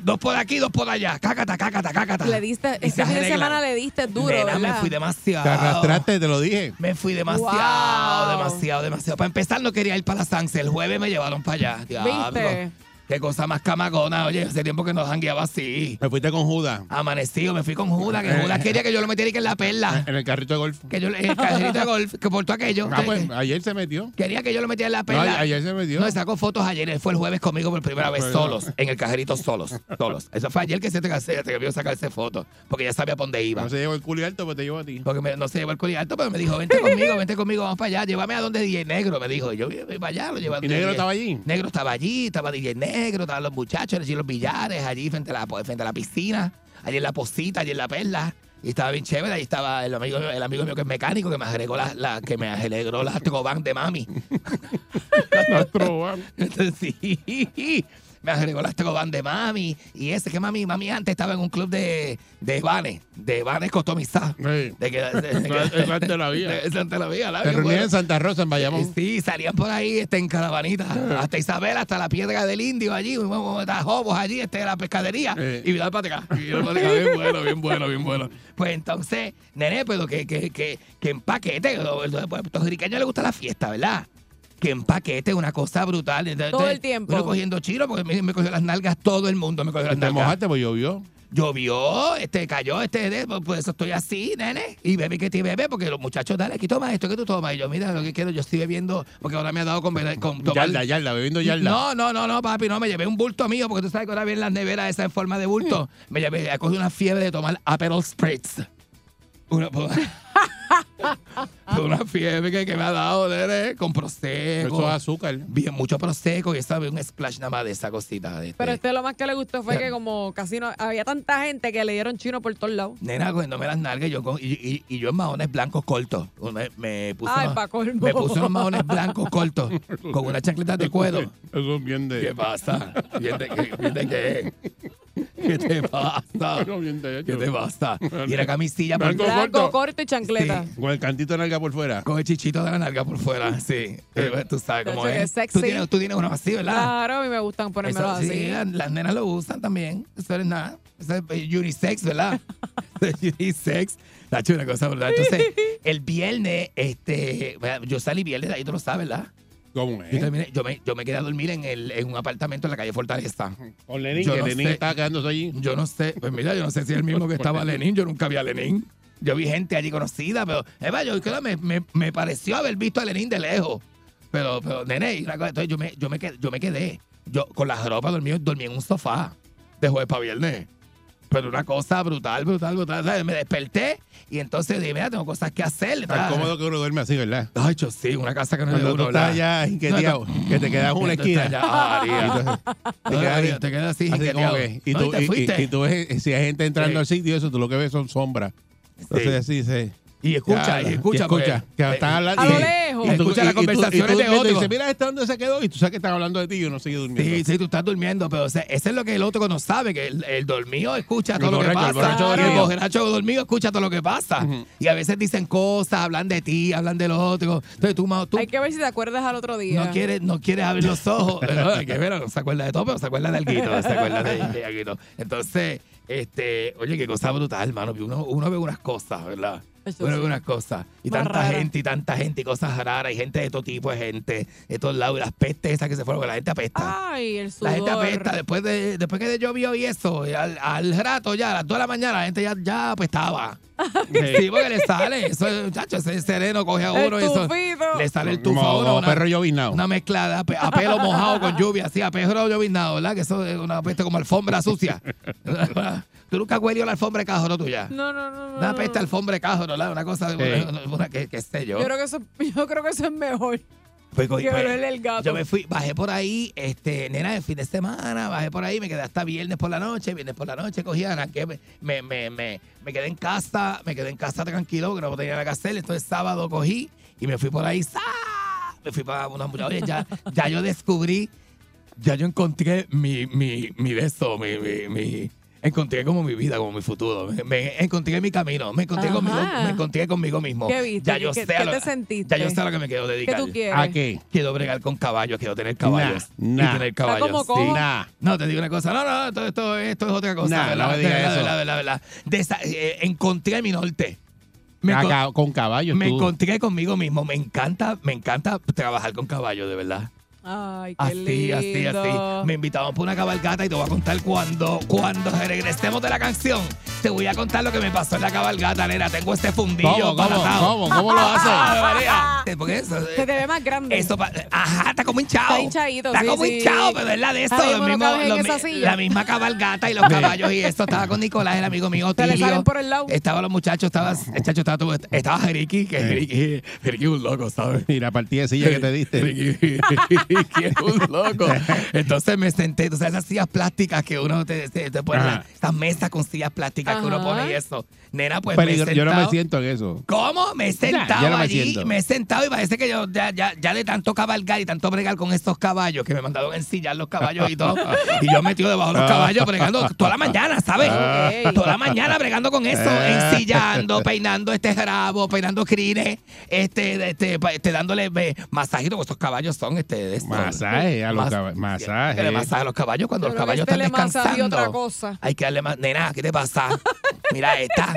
Dos por aquí, dos por allá. Cácata, cácata, cácata.
Le diste,
Y
este
se
fin de
arreglan.
semana le diste duro,
Nena, me
¿verdad?
fui demasiado.
Te arrastraste, Eh, te lo dije.
Me fui demasiado, demasiado, demasiado. Para empezar, no quería ir para la Sanse. El jueves me llevaron para allá. Diablo.
¿Viste?
Qué cosa más camagona. Oye, hace tiempo que nos han guiado así.
Me fuiste con Judas.
Amanecido, me fui con Judas, que Judas quería que yo lo metiera y que en la perla.
En el carrito de golf.
Que yo le- en el carrito de golf, que por todo aquello.
Ah, pues ayer se metió.
Quería que yo lo metiera en la
No,
perla.
ayer se Ah, metió.
No, él sacó fotos ayer. Él fue el jueves conmigo por primera vez,
Pero-
solos, en el cajerito, solos, solos. Eso fue ayer que se te, se te vio sacarse fotos, porque ya sabía por dónde iba.
No se llevó el culo alto, pues te llevó a ti.
Porque me- no se llevó el collar alto, pero me dijo, vente conmigo, vente conmigo, vamos para allá, llévame a donde DJ Negro, me dijo. Y Yo voy para allá, lo llevé a
¿Y
donde
negro
DJ.
estaba allí?
Negro estaba allí, estaba DJ Negro, estaban los muchachos, allí los billares, allí frente a la, frente a la piscina, allí en la posita, allí en la perla. Y estaba bien chévere, ahí estaba el amigo, el amigo mío que es mecánico, que me agregó la, la- que me agregó la troban de mami. Entonces, sí. Me agregó las troban de mami. Y ese que mami, mami antes estaba en un club de, de vanes, de vanes customizados.
Sí.
De que, de,
Es parte de la vida.
de- de Santa la Vía, la pues.
Se
bien
reunían en
buena.
Santa Rosa, en Bayamón.
Sí, salían por ahí este, en caravanita, hasta Isabel, hasta la piedra del indio allí, hasta Jobos allí, este, la pescadería,
Eh.
y mirar para acá. Y mirar para acá, bien bueno, bien bueno, bien bueno. Pues entonces, nene, pero que, que, que, que empaquete, los los puertorriqueños les gusta la fiesta, ¿verdad? Que empaquete, una cosa brutal. Entonces,
Todo el tiempo.
Uno cogiendo chiro, porque me, me cogió las nalgas todo el mundo, me cogió las
Te
nalgas.
mojaste, pues llovió.
Llovió, este, cayó, este, de- por por eso estoy así, nene. Y bebé que te bebé, porque los muchachos, dale, aquí toma esto que tú tomas. Y yo, mira, lo que quiero, yo estoy bebiendo, porque ahora me ha dado con, beber- con tomar.
Yarda, yarda, bebiendo yarda.
No, no, no, no, papi, no, me llevé un bulto mío, porque tú sabes que ahora vienen las neveras esas en forma de bulto. Me llevé, cogí una fiebre de tomar Aperol Spritz. Una, una fiebre que, que me ha dado, nene, con
Eso es
prosecco.
azúcar.
Bien, mucho prosecco y estaba un splash nada más de esa cosita. de este.
Pero este lo más que le gustó fue que como casi no había tanta gente que le dieron chino por todos lados.
Nena, cogiéndome las nalgas yo con- y, y- y yo en mahones blancos cortos. Me, me puse
Ay,
unos-
pa' colmo.
me puse unos mahones blancos cortos con una chancleta de cuero.
Eso es bien de.
¿Qué pasa? ¿Viste qué? ¿Viste qué? ¿Qué te pasa?
Eso es bien de hecho.
¿Qué te pasa? Y la camisilla por
Blanco
fuera,
Largo,
corto.
corto y chancleta.
Con el cantito de nalga por fuera.
con el chichito de la nalga por fuera. Sí, Eh, tú sabes cómo
Chacho, qué
es.
sexy.
Tú tienes, tú tienes uno así, ¿verdad?
Claro, a mí me gustan ponérmelos
Eso, sí,
así.
las, las nenas lo usan también. Eso no es nada. Eso es eh, unisex, ¿verdad? Eso es unisex. La chula cosa, ¿verdad? Entonces, el viernes, este, bueno, yo salí viernes, ahí tú lo sabes, ¿verdad?
¿Cómo es?
Yo, terminé- yo me, yo me quedé a dormir en, el, en un apartamento en la calle Fortaleza.
Con Lenin,
Yo
que
no
Lenin
sé.
estaba quedándose allí.
Yo no sé, pues mira, yo no sé si es el mismo que estaba Lenin, yo nunca vi a Lenin. Yo vi gente allí conocida, pero es más, yo creo que me, me- me pareció haber visto a Lenin de lejos. Pero, pero nene, y una cosa, entonces yo me, yo me quedé, yo me quedé. Yo con las ropas dormí, dormí en un sofá de jueves para viernes. Pero una cosa brutal, brutal, brutal. ¿sabes? Me desperté y entonces dije, mira, tengo cosas que hacer.
Tan
¿verdad?
cómodo que uno duerme así, ¿verdad?
Ay, yo sí, una casa que no es de
Cuando tú
uno,
estás
¿verdad?
allá inquieteado, que te quedas en una
Entonces, ya,
esquina.
ah, María.
Te
No,
quedas
María,
ahí.
te quedas así,
Así como
inquieteado.
que, y
No,
tú,
te
y- y,
fuiste. Eh,
y tú ves, si hay gente entrando al sitio, eso tú lo que ves son sombras. Entonces así dice.
Y escucha,
ya,
y escucha, porque-
que
eh,
están hablando.
a lo
y-
lejos.
y tú-
Escucha las
y- y tú- y tú
conversaciones de
durmiendo y
otro.
dices, mira, ¿está dónde se quedó? Y tú sabes que están hablando de ti y uno sigue durmiendo.
Sí, sí, tú estás durmiendo, pero o sea, ese es lo que el otro no sabe, que el, el dormido escucha todo lo que pasa.
borracho, el borracho
el
dormido.
borracho dormido escucha todo lo que pasa. Y a veces dicen cosas, hablan de ti, hablan del otro. Entonces tú, ma- tú
Hay que ver si te acuerdas al otro día.
no quieres, no quieres abrir los ojos. No, hay que ver, no se acuerda de todo, pero se acuerda de alguito, se acuerda de, de alguito. Entonces, este, oye, qué cosa brutal, hermano. Uno, uno ve unas cosas, ¿verdad?
Eso
Uno
sí.
ve unas cosas. Y
Más
tanta
rara.
gente, y tanta gente, y cosas raras, y gente de todo tipo de gente, de todos lados, y las pestes esas que se fueron, porque la gente apesta.
Ay, el
La
Ah, sudor.
gente apesta después de después que llovió y eso, y al, al rato ya, a las 2 de la mañana, la gente ya, ya apestaba. Sí, porque le sale. Eso, muchacho, ese sereno coge a uno.
El
y eso,
tufito.
le sale el tufo
Como,
a uno.
como
una-
perro llovinado.
Una mezcla de ape- a pelo mojado con lluvia, así, a perro llovinado, ¿verdad? Que eso es una peste como alfombra sucia. Tú nunca has huelido la alfombra de cajón tuya.
No, no, no. no,
Una
no.
peste alfombra de cajón, ¿verdad? Una cosa,
Sí.
una, una que, que sé pues, yo.
Yo creo que eso, yo creo que eso es mejor
Pues,
que
pues,
verle el gato.
yo me fui, bajé por ahí, este, nena, el fin de semana, bajé por ahí, me quedé hasta viernes por la noche, viernes por la noche, cogí arranqué, me, me, me, me- me quedé en casa, me quedé en casa tranquilo, que no tenía nada que hacer, entonces sábado cogí y me fui por ahí, ¡sa! me fui para una muchacha, oye, ya, ya yo descubrí, ya yo encontré mi, mi, mi de esto, mi, mi, mi- encontré como mi vida, como mi futuro, me, me encontré mi camino, me encontré,
Ajá.
conmigo, me encontré conmigo mismo.
¿Qué viste?
Ya yo
¿Qué,
sé a
qué
lo-
te sentiste?
ya yo sé a lo que me quiero
¿Qué
dedicar.
tú quieres?
¿A qué?
Quiero bregar con caballos, quiero tener caballos.
nah.
Y tener caballos.
como cojo.
Nah.
No, te digo una cosa. No, no, esto, esto, esto es otra cosa.
Nah, no
¿verdad?
me digas
¿verdad?
eso.
¿verdad? ¿verdad? ¿verdad? De esa- eh, encontré mi norte. Me,
A
encon-
Ah, ca- con caballos.
me
tú.
encontré conmigo mismo. Me encanta, me encanta trabajar con caballos, de verdad.
Ay, qué
Así, así,
lindo.
así. Me invitaban por una cabalgata y te voy a contar cuando, cuando regresemos de la canción. Te voy a contar lo que me pasó en la cabalgata, nena. Tengo este fundillo.
¿Cómo, cómo,
paratao.
cómo, cómo lo haces?
Ah, María. Eh, Porque eso,
Se te ve más grande.
eso pa- Ajá, está como hinchado.
Está hinchadito,
Está
sí,
como
sí.
hinchado, pero es la de esto.
Ahora
lo
mismo no
mismo-
cabes en
lo
esa
mi-
silla.
la misma cabalgata y los caballos y esto. Estaba con Nicolás, el amigo mío,
Se le
Tilio.
salen por el lado.
Estaban los muchachos, estaba, el chacho estaba, todo- estaba Jeriki, que Jeriki, Jeriki es eh, un loco, ¿sabes?
Y la partida de silla que te diste.
Ricky, Ricky es un loco. Entonces me senté, tú sabes, esas sillas plásticas que uno te, te, te pone,
Ajá.
la- esas mesas con sillas plásticas que uno
Ajá.
pone y eso. Nena, pues me he
Peligro- Yo no me
sentado-
siento en eso.
¿Cómo? Me he sentado
ya no me
allí,
siento.
me he sentado y parece que yo ya, ya, ya de tanto cabalgar y tanto bregar con estos caballos que me mandaron a ensillar los caballos y todo. y yo metido debajo
Ah.
de los caballos bregando toda la mañana, ¿sabes?
Ok.
Toda la mañana bregando con eso,
Ah.
ensillando, peinando este jarabo, peinando crines, este, este, pa- este, dándole eh, masajito, porque estos caballos son este de estos.
Masaje a los
Mas-
caballos, masaje.
Que le masaje a los caballos cuando
Yo
los
creo que
caballos
este
están
le masajeó
descansando.
otra cosa.
Hay que darle más. Nena, ¿qué te pasa? Mira esta.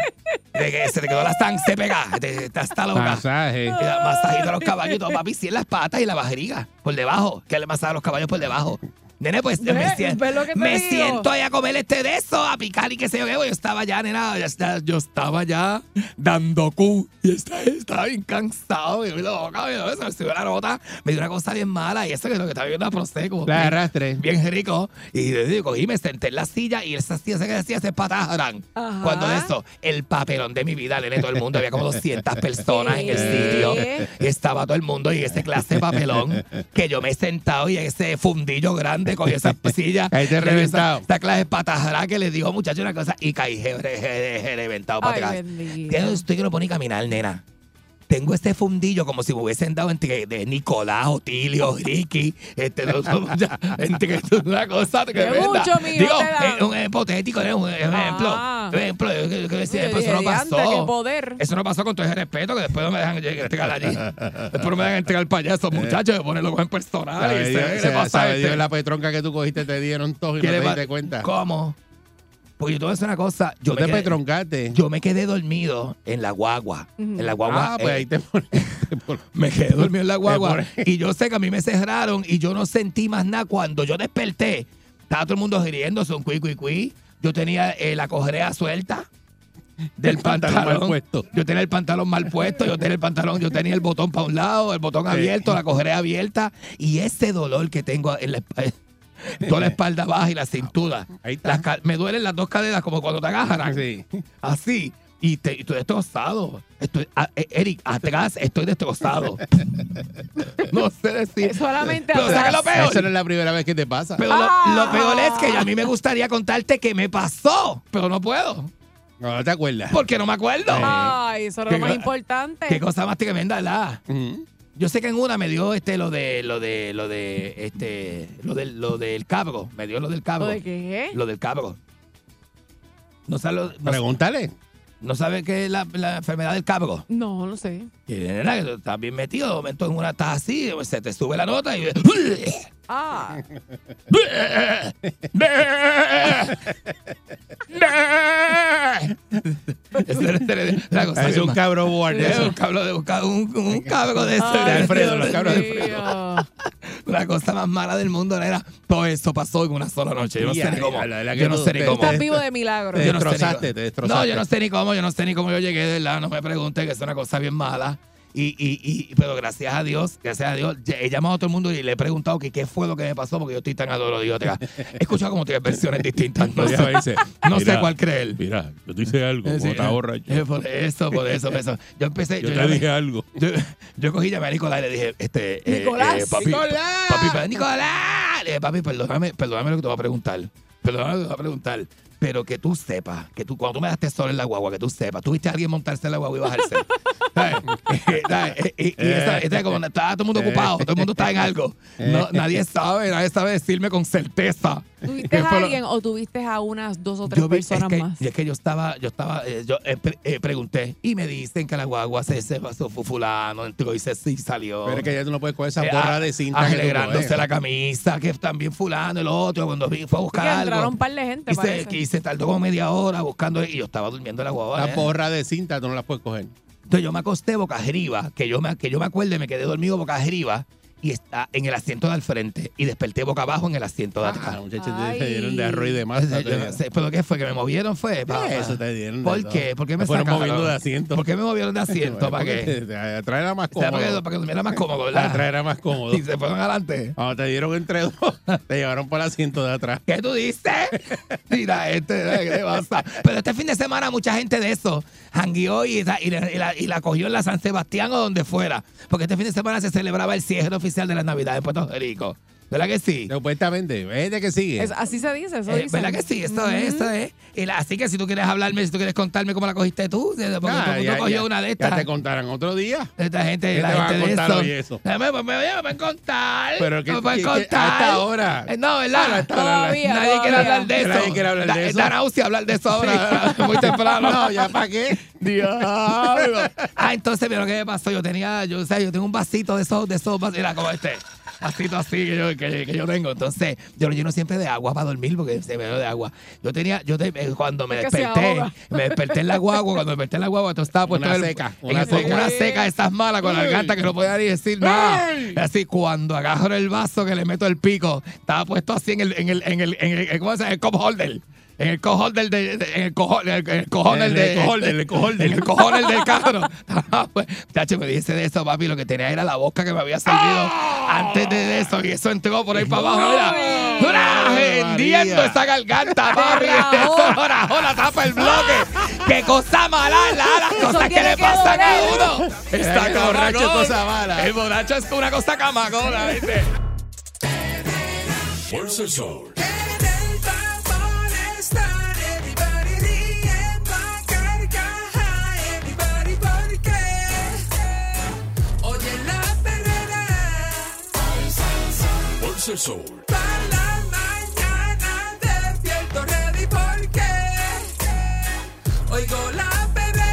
De que se te quedó la sangre pegada. Te, te- está loca.
Masaje.
Y da masajito a los caballos y todo, papi, sí en las patas y la barriga, por debajo. Que le masaje a los caballos por debajo. Nene, pues
Ve,
me, siento,
ve lo que te
me
digo.
siento ahí a comer este de eso, a picar y qué sé yo qué. pues, Yo estaba ya, nena, ya está- yo estaba ya dando cu. Y está- estaba bien cansado, y loca, y todo eso, me subió la nota, me dio una cosa bien mala. Y eso que es lo que estaba viendo a Prosecco.
La arrastre.
Bien rico. Y le digo, y me senté en la silla y esa silla se decía se patajaran.
Ah.
Ajá.
Cuando de eso, el papelón de mi vida, nene, todo el mundo, había como 200 personas en el
¿Qué?
sitio. Y estaba todo el mundo y ese clase de papelón que yo me he sentado y ese fundillo grande con esa silla.
Ahí te he
esa-
reventado.
Esta clase de patajará que le dijo muchacho una cosa y caí je- je- je- je- reventado para
Ay,
atrás.
bendito.
Ya Estoy que no puedo ni caminar, nena. Tengo este fundillo como si me hubiesen dado entre de Nicolás, Otilio, Ricky, este, no, no, ya, entre una cosa que
mucho, mijo,
Digo,
te da.
es un hipotético, es un ejemplo.
Ah.
Un ejemplo, yo quiero decir,
Yo
pero
dije,
eso no
"Diantre,
pasó.
qué poder".
Eso no pasó con todo ese respeto que después no me dejan entregar allí. Después no me dejan entregar payasos, muchachos, de ponerlo en personal.
Sabe
y
Dios-
se- le
sabe-
pasa a
sabe
este.
Dios la petronca que tú cogiste te dieron todo y no
¿Qué le
te
pa-
diste cuenta.
¿Cómo? Pues yo te voy a decir una cosa. Yo
Tú
me
te
quedé-
petroncaste.
yo me quedé dormido en la guagua. En la guagua.
Ah, pues
eh,
ahí te pones. te pones-
me quedé dormido en la guagua.
pones-
Y yo sé que a mí me cerraron y yo no sentí más nada. Cuando yo desperté, estaba todo el mundo riéndose, un cuí, cuí, cuí. Yo tenía eh, la correa suelta del
El pantalón
pantalón.
mal puesto.
Yo tenía el pantalón mal puesto, yo tenía el pantalón, yo tenía el botón para un lado, el botón abierto, la correa abierta. Y ese dolor que tengo en la espalda. Toda la espalda baja y la cintura.
Ahí está.
Las ca- me duelen las dos caderas como cuando te agarran
Sí.
así y, te, y estoy destrozado. Estoy, a- e- Eric, atrás estoy destrozado. no sé decir.
Es solamente
Pero, ¿sabes
atrás. Ah.
lo peor?
Eso no es la primera vez que te pasa.
Pero lo, lo peor es que a mí me gustaría contarte que me pasó, pero no puedo,
No, no te acuerdas.
porque no me acuerdo.
Eh.
Ay, eso era
Qué
lo más
gra-
importante.
Qué cosa más tremenda, ¿verdad?
Ujú.
Yo sé que en una me dio este lo de lo de lo de este lo del lo del cabro, me dio lo del cabro.
¿Lo de qué?
Lo del cabro. No sabe, no,
Pregúntale.
no sabe qué es la- la enfermedad del cabro.
No, no sé.
Y nena, que tú estás bien metido, de momento en una estás así, pues, se te sube la nota y...
Ah,
Ese era- ese era la cosa
Es
bien
un
más-
cabro board.
Era
eso.
un cabro de un, ca- un, un cabro de ese.
Ay,
Alfredo,
Dios
los cabros de
mío.
la cosa más mala del mundo era todo eso pasó en una sola noche. Yo no
Y
sé
ahí,
ni cómo.
la- la- la que
Yo no
tú-
sé ni
te-
cómo.
Estás vivo de milagro.
Yo no sé ni cómo. No, yo no
sé.
sé ni cómo, yo no sé ni cómo yo llegué, de verdad. No me pregunten, que es una cosa bien mala. Y, y, y, pero gracias a Dios, gracias a Dios, ya he llamado a todo el mundo y le he preguntado que qué fue lo que me pasó, porque yo estoy tan adoro, digo, te- He escuchado como tres versiones distintas. No
Ella me
sé,
dice,
no sé
"Mira,
cuál creer.
Mira, yo te hice algo, como
Sí,
te ahorras.
eh, por eso, por eso, por eso. Yo empecé.
Yo te dije
algo. Yo, yo cogí llamé a Nicolás y le dije, este. eh,
Nicolás,
eh, papi,
Nicolás.
papi, pa- Nicolás. Le dije, papi, perdóname, perdóname lo que te voy a preguntar. Perdóname lo que te voy a preguntar. Pero que tú sepas, que tú, cuando tú me daste solo en la guagua, que tú sepas, tú viste a alguien montarse en la guagua y bajarse. ¿Sabes? Eh, ¿Sabes? Y, y- y esa- esta es
Eh.
como estaba todo el mundo ocupado, todo el mundo está en algo. No, nadie sabe, nadie sabe decirme con certeza.
¿Tuviste
qué fue
a
lo-
alguien o tuviste a unas dos o tres
vi- es
personas
que,
más?
y es que yo estaba, yo estaba, eh, yo eh, pre- eh, pregunté y me dicen que la guagua se, se pasó fu- fulano, entró y se sí salió.
Pero es que ya tú no puedes coger esa
Eh,
borra
ah,
de cinta que tú
alegrándose
coges.
la camisa, que también fulano, el otro, cuando vi- fue a buscar
Que
algo.
entraron un par de gente,
Y se,
parece.
y se tardó como media hora buscando y yo estaba durmiendo en la guagua.
La
¿eh?
borra de cinta tú no la puedes coger.
Entonces yo me acosté boca arriba, que yo me, que yo me acuerde, me quedé dormido boca arriba y está en el asiento del frente y desperté boca abajo en el
Ah,
asiento de atrás.
muchachos, te- te dieron de arroz y de masa,
Yo no
te-
sé, ¿Pero qué fue? ¿Que me movieron? ¿Fue? Pa- pa-
Eso te dieron. de
Ah, ¿Por
todo.
qué? ¿Por qué me
Te fueron
sacaron?
moviendo de asiento.
¿Por qué me movieron de asiento? ¿Para
Porque
qué?
te- te- Traer era más
O sea,
cómodo.
para que- para que durmiera más cómodo, ¿verdad?
Para traer era más cómodo.
Y se fueron adelante.
Cuando te dieron entre dos, te llevaron para el asiento de atrás.
¿Qué tú dices? Mira, este, ¿qué le pasa? Pero este fin de semana mucha gente de eso hanguió y, y la, y la- y la cogió en la San Sebastián o donde fuera. Porque este fin de semana se celebraba el cierre oficial de la Navidad de Puerto Rico. ¿Verdad que sí?
Supuestamente. ¿Vete que sigue?
Es- así se dice, eso
Eh,
dice.
¿Verdad que sí? Eso es, eso es. Y la- así que si tú quieres hablarme, si tú quieres contarme cómo la cogiste tú, porque
Ah,
todo el mundo
ya-
cogió
ya-
una de
ya
estas.
te contarán otro día.
Esta gente,
¿Qué
la
te van a
gente de
contar
eso.
hoy eso?
Me, me, me, me van a contar.
Pero que-
me van a
que- que
contar.
hasta ahora.
Eh, No, ¿verdad?
Ahora, hasta ahora,
nadie
Todavía, todavía.
quiere hablar de eso.
Nadie quiere hablar de
Da-
eso.
Da náusea hablar de eso ahora. Muy temprano.
No, ¿ya para qué?
Diablo. Ah, entonces, mira lo que me pasó. Yo tenía, yo, o sea, yo tengo un vasito de esos, de esos, vas- mira, como este. Vasito así que yo, que, que yo tengo. Entonces, yo lo lleno siempre de agua para dormir porque se me dio de agua. Yo tenía, yo te- eh, cuando me
Es que se
desperté,
ahoga.
me desperté en la guagua, cuando me desperté en la guagua, tú estaba puesto
Una
en el-
seca,
en
una
el- con
seca.
una seca de esas malas con la
Ey.
garganta que no podía ni decir nada.
Ey.
Así, cuando agarro el vaso que le meto el pico, estaba puesto así en el, en el, en el, en el, ¿cómo se llama? El cup holder. En el cojón del, de, de- en el cojón, en el, en el cojón
En
del,
el
de-
cojón del- el cojón del-
en el cojón del del carro. Ah, pues, Tacho, me dice de eso, papi, lo que tenía era la boca que me había salido antes de eso, y eso entró por ahí para abajo, mira. ¡Hurra! Hendiendo esa garganta, papi. Eso, ahora, ahora tapa el bloque. ¡Qué cosa mala! la- Las cosas que le pasan a uno. Está
El borracho es
camacón.
cosa mala.
El borracho es una cosa camacona, ¿viste?
Where's the soul?
Oye la perrera.
Where's the soul?
Pa' la mañana despierto ready porque oigo la perrera.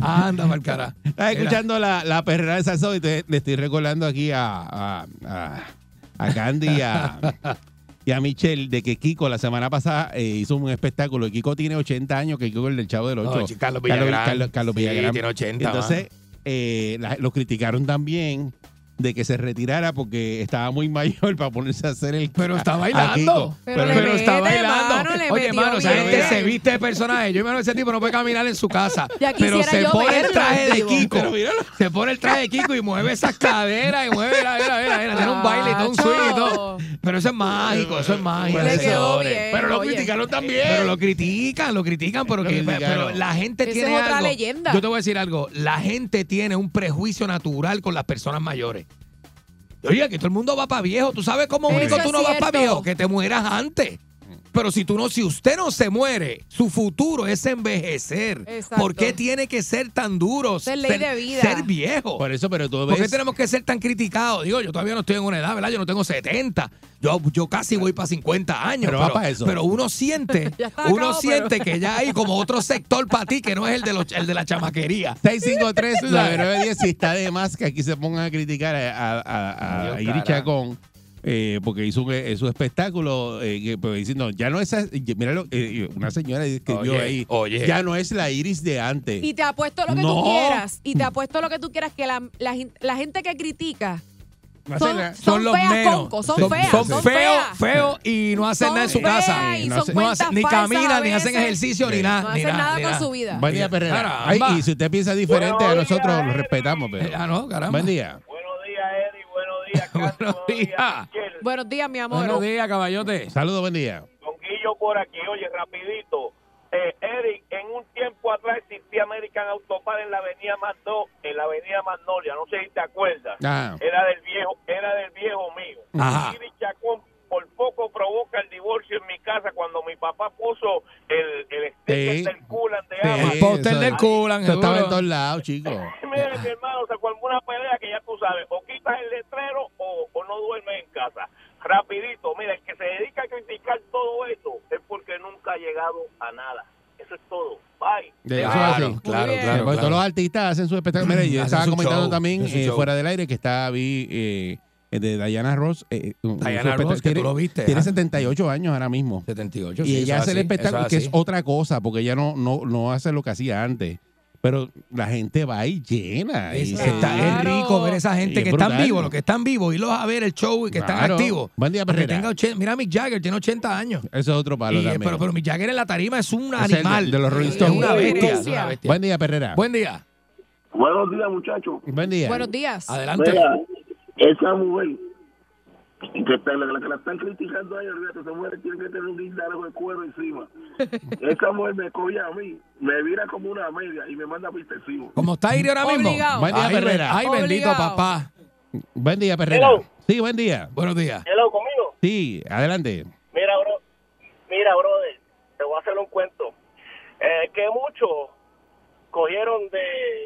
Anda, Marcara.
Estás escuchando la, la perrera de Salsón y te- le estoy recordando aquí a, a, a- a Candy y a, y a Michelle de que Kiko la semana pasada eh, hizo un espectáculo. Y Kiko tiene 80 años, que Kiko es el del Chavo del
No,
8.
sí, Carlos Villagrán.
Carlos, Carlos
Sí,
Villagrán.
tiene 80,
Entonces, eh, la- lo criticaron también de que se retirara porque estaba muy mayor para ponerse a hacer el... Pero
está bailando.
Pero,
pero está bailando.
le
Oye,
metió
mano, esa
bien.
gente se viste de personaje. Yo, hermano, ese tipo no puede caminar en su casa.
Ya
Pero
quisiera
se
yo
pone el
verlo
traje
en
de
vivo.
Kiko.
Pero
Se pone el traje de Kiko y mueve esas caderas y mueve, la, la, la, la, tiene un baile y todo, un swing y todo. Pero eso es mágico, eso es mágico.
Le quedó
señores.
bien,
pero lo
oye.
criticaron también. Pero lo critican, lo critican, pero, que- pero la gente
Esa
tiene
es otra
algo.
leyenda.
Yo te voy a decir algo. La gente tiene un prejuicio natural con las personas mayores. Oye, que todo el mundo va para viejo. ¿Tú sabes cómo
Eso
único
es
tú no vas
cierto.
para viejo? Que te mueras antes. Pero si tú no, si usted no se muere, su futuro es envejecer.
Exacto.
¿Por qué tiene que ser tan duro?
Esa es ley
ser,
de vida.
ser viejo.
Por eso, pero tú
¿Por qué
ves-
tenemos que ser tan criticados? Digo, yo todavía no estoy en una edad, ¿verdad? Yo no tengo 70. Yo, yo casi voy para 50 años.
Pero va pa' eso.
pero uno siente,
Ya está
uno
acabado,
siente
pero-
que ya hay como otro sector para ti que no es el de, los, el de la chamaquería.
653 910 si está de más que aquí se pongan a criticar a, a, a- a Iri Chacón eh, porque hizo un, eh, su espectáculo eh, que, pues, diciendo, ya no es, a- y- mira lo- eh, una señora escribió
Oye,
ahí,
oye.
ya no es la iris de antes.
Y te apuesto lo que
No.
tú quieras. Y te apuesto lo que tú quieras que la, la gen- la gente que critica
No
son,
hacen nada.
son
Son los
feas,
menos.
conco, son,
Son-
feas.
son feos,
feas.
feos y no hacen
Son
nada en su
feas
casa.
y
No
son
hacen-
cuentas
hacen- ni
falsas a
caminan, ni
veces.
hacen ejercicio, ni
Sí.
nada.
No
ni
hacen nada
ni
con su vida.
Buen día, Perrera.
Caramba.
Ay, y si usted piensa diferente a nosotros, lo respetamos. Pero.
Ah, no, caramba.
Buen día.
Buenos días.
Buenos días, mi amor.
Buenos días, caballote.
Saludos, buen día.
Guillo por aquí, oye, rapidito. Eh, Eric, en un tiempo atrás existía American Autopar en la avenida Mando, en la avenida Magnolia, no sé si te acuerdas.
Ajá.
Era del viejo, era del viejo mío.
Ajá.
Iri Chacón por poco provoca el divorcio en mi casa cuando mi papá puso el, el sticker
Sí.
del culan de
Sí,
ama.
El póster
eso-
del culan.
Esto estaba en
seguro.
todos lados, chicos.
Mira, mi hermano, se formó una pelea que ya tú sabes, o quitas el letrero o, o no duermes en casa. Rapidito, mira, el que se dedica a criticar todo esto es porque nunca ha llegado a nada. Eso es todo. Bye.
De ah, eso
Claro,
así.
claro, claro, claro.
Porque Todos los artistas hacen su espectáculo. Mira, yo
Mm, Hacen
estaba
su
comentando
show,
también
hacen su
eh,
show.
fuera del aire que está vi eh, el de Diana Ross. eh, un-
Diana
su espectá-
Ross, que tú
tiene-
lo viste,
Tiene
¿ah?
78 años ahora mismo.
78.
y
sí,
ella
eso
hace el
así,
espectáculo
eso
que es
así.
otra cosa, porque ella no, no, no hace lo que hacía antes. Pero la gente va y llena. y
Es,
se-
está- es rico ver esa gente
Y
que
es
están
brutal.
vivos, los que están vivos, irlos a ver el show y que están
Claro.
activos.
Buen día,
Aunque
Perrera.
tenga 80 mira, Mick Jagger tiene 80 años.
Eso es otro palo
Y, eh,
también.
pero, pero Mick Jagger en la tarima es un
Ese es el de-
animal.
de los Rolling
Es
Stones.
una bestia, es una
Bestia.
bestia.
Buen día, Perrera.
Buen día.
Buenos días, muchachos.
Buen día.
Buenos días.
Adelante.
Mira, esa mujer que, está, la que la están criticando ahí, olvídate, esa mujer tiene que tener un guindaro de cuero encima. esa mujer me coge a mí, me vira como una media y me manda este pistecivo.
Como está Iri ahora mismo.
Obligado.
Buen día,
Ay,
Perrera.
Ay, bendito
Obligado.
papá.
Buen día, Perrera.
Hello.
Sí, buen día.
Buenos días.
Hello, conmigo.
Sí, adelante.
Mira, bro, mira, brother, te voy a hacer un cuento. Eh, que muchos cogieron de,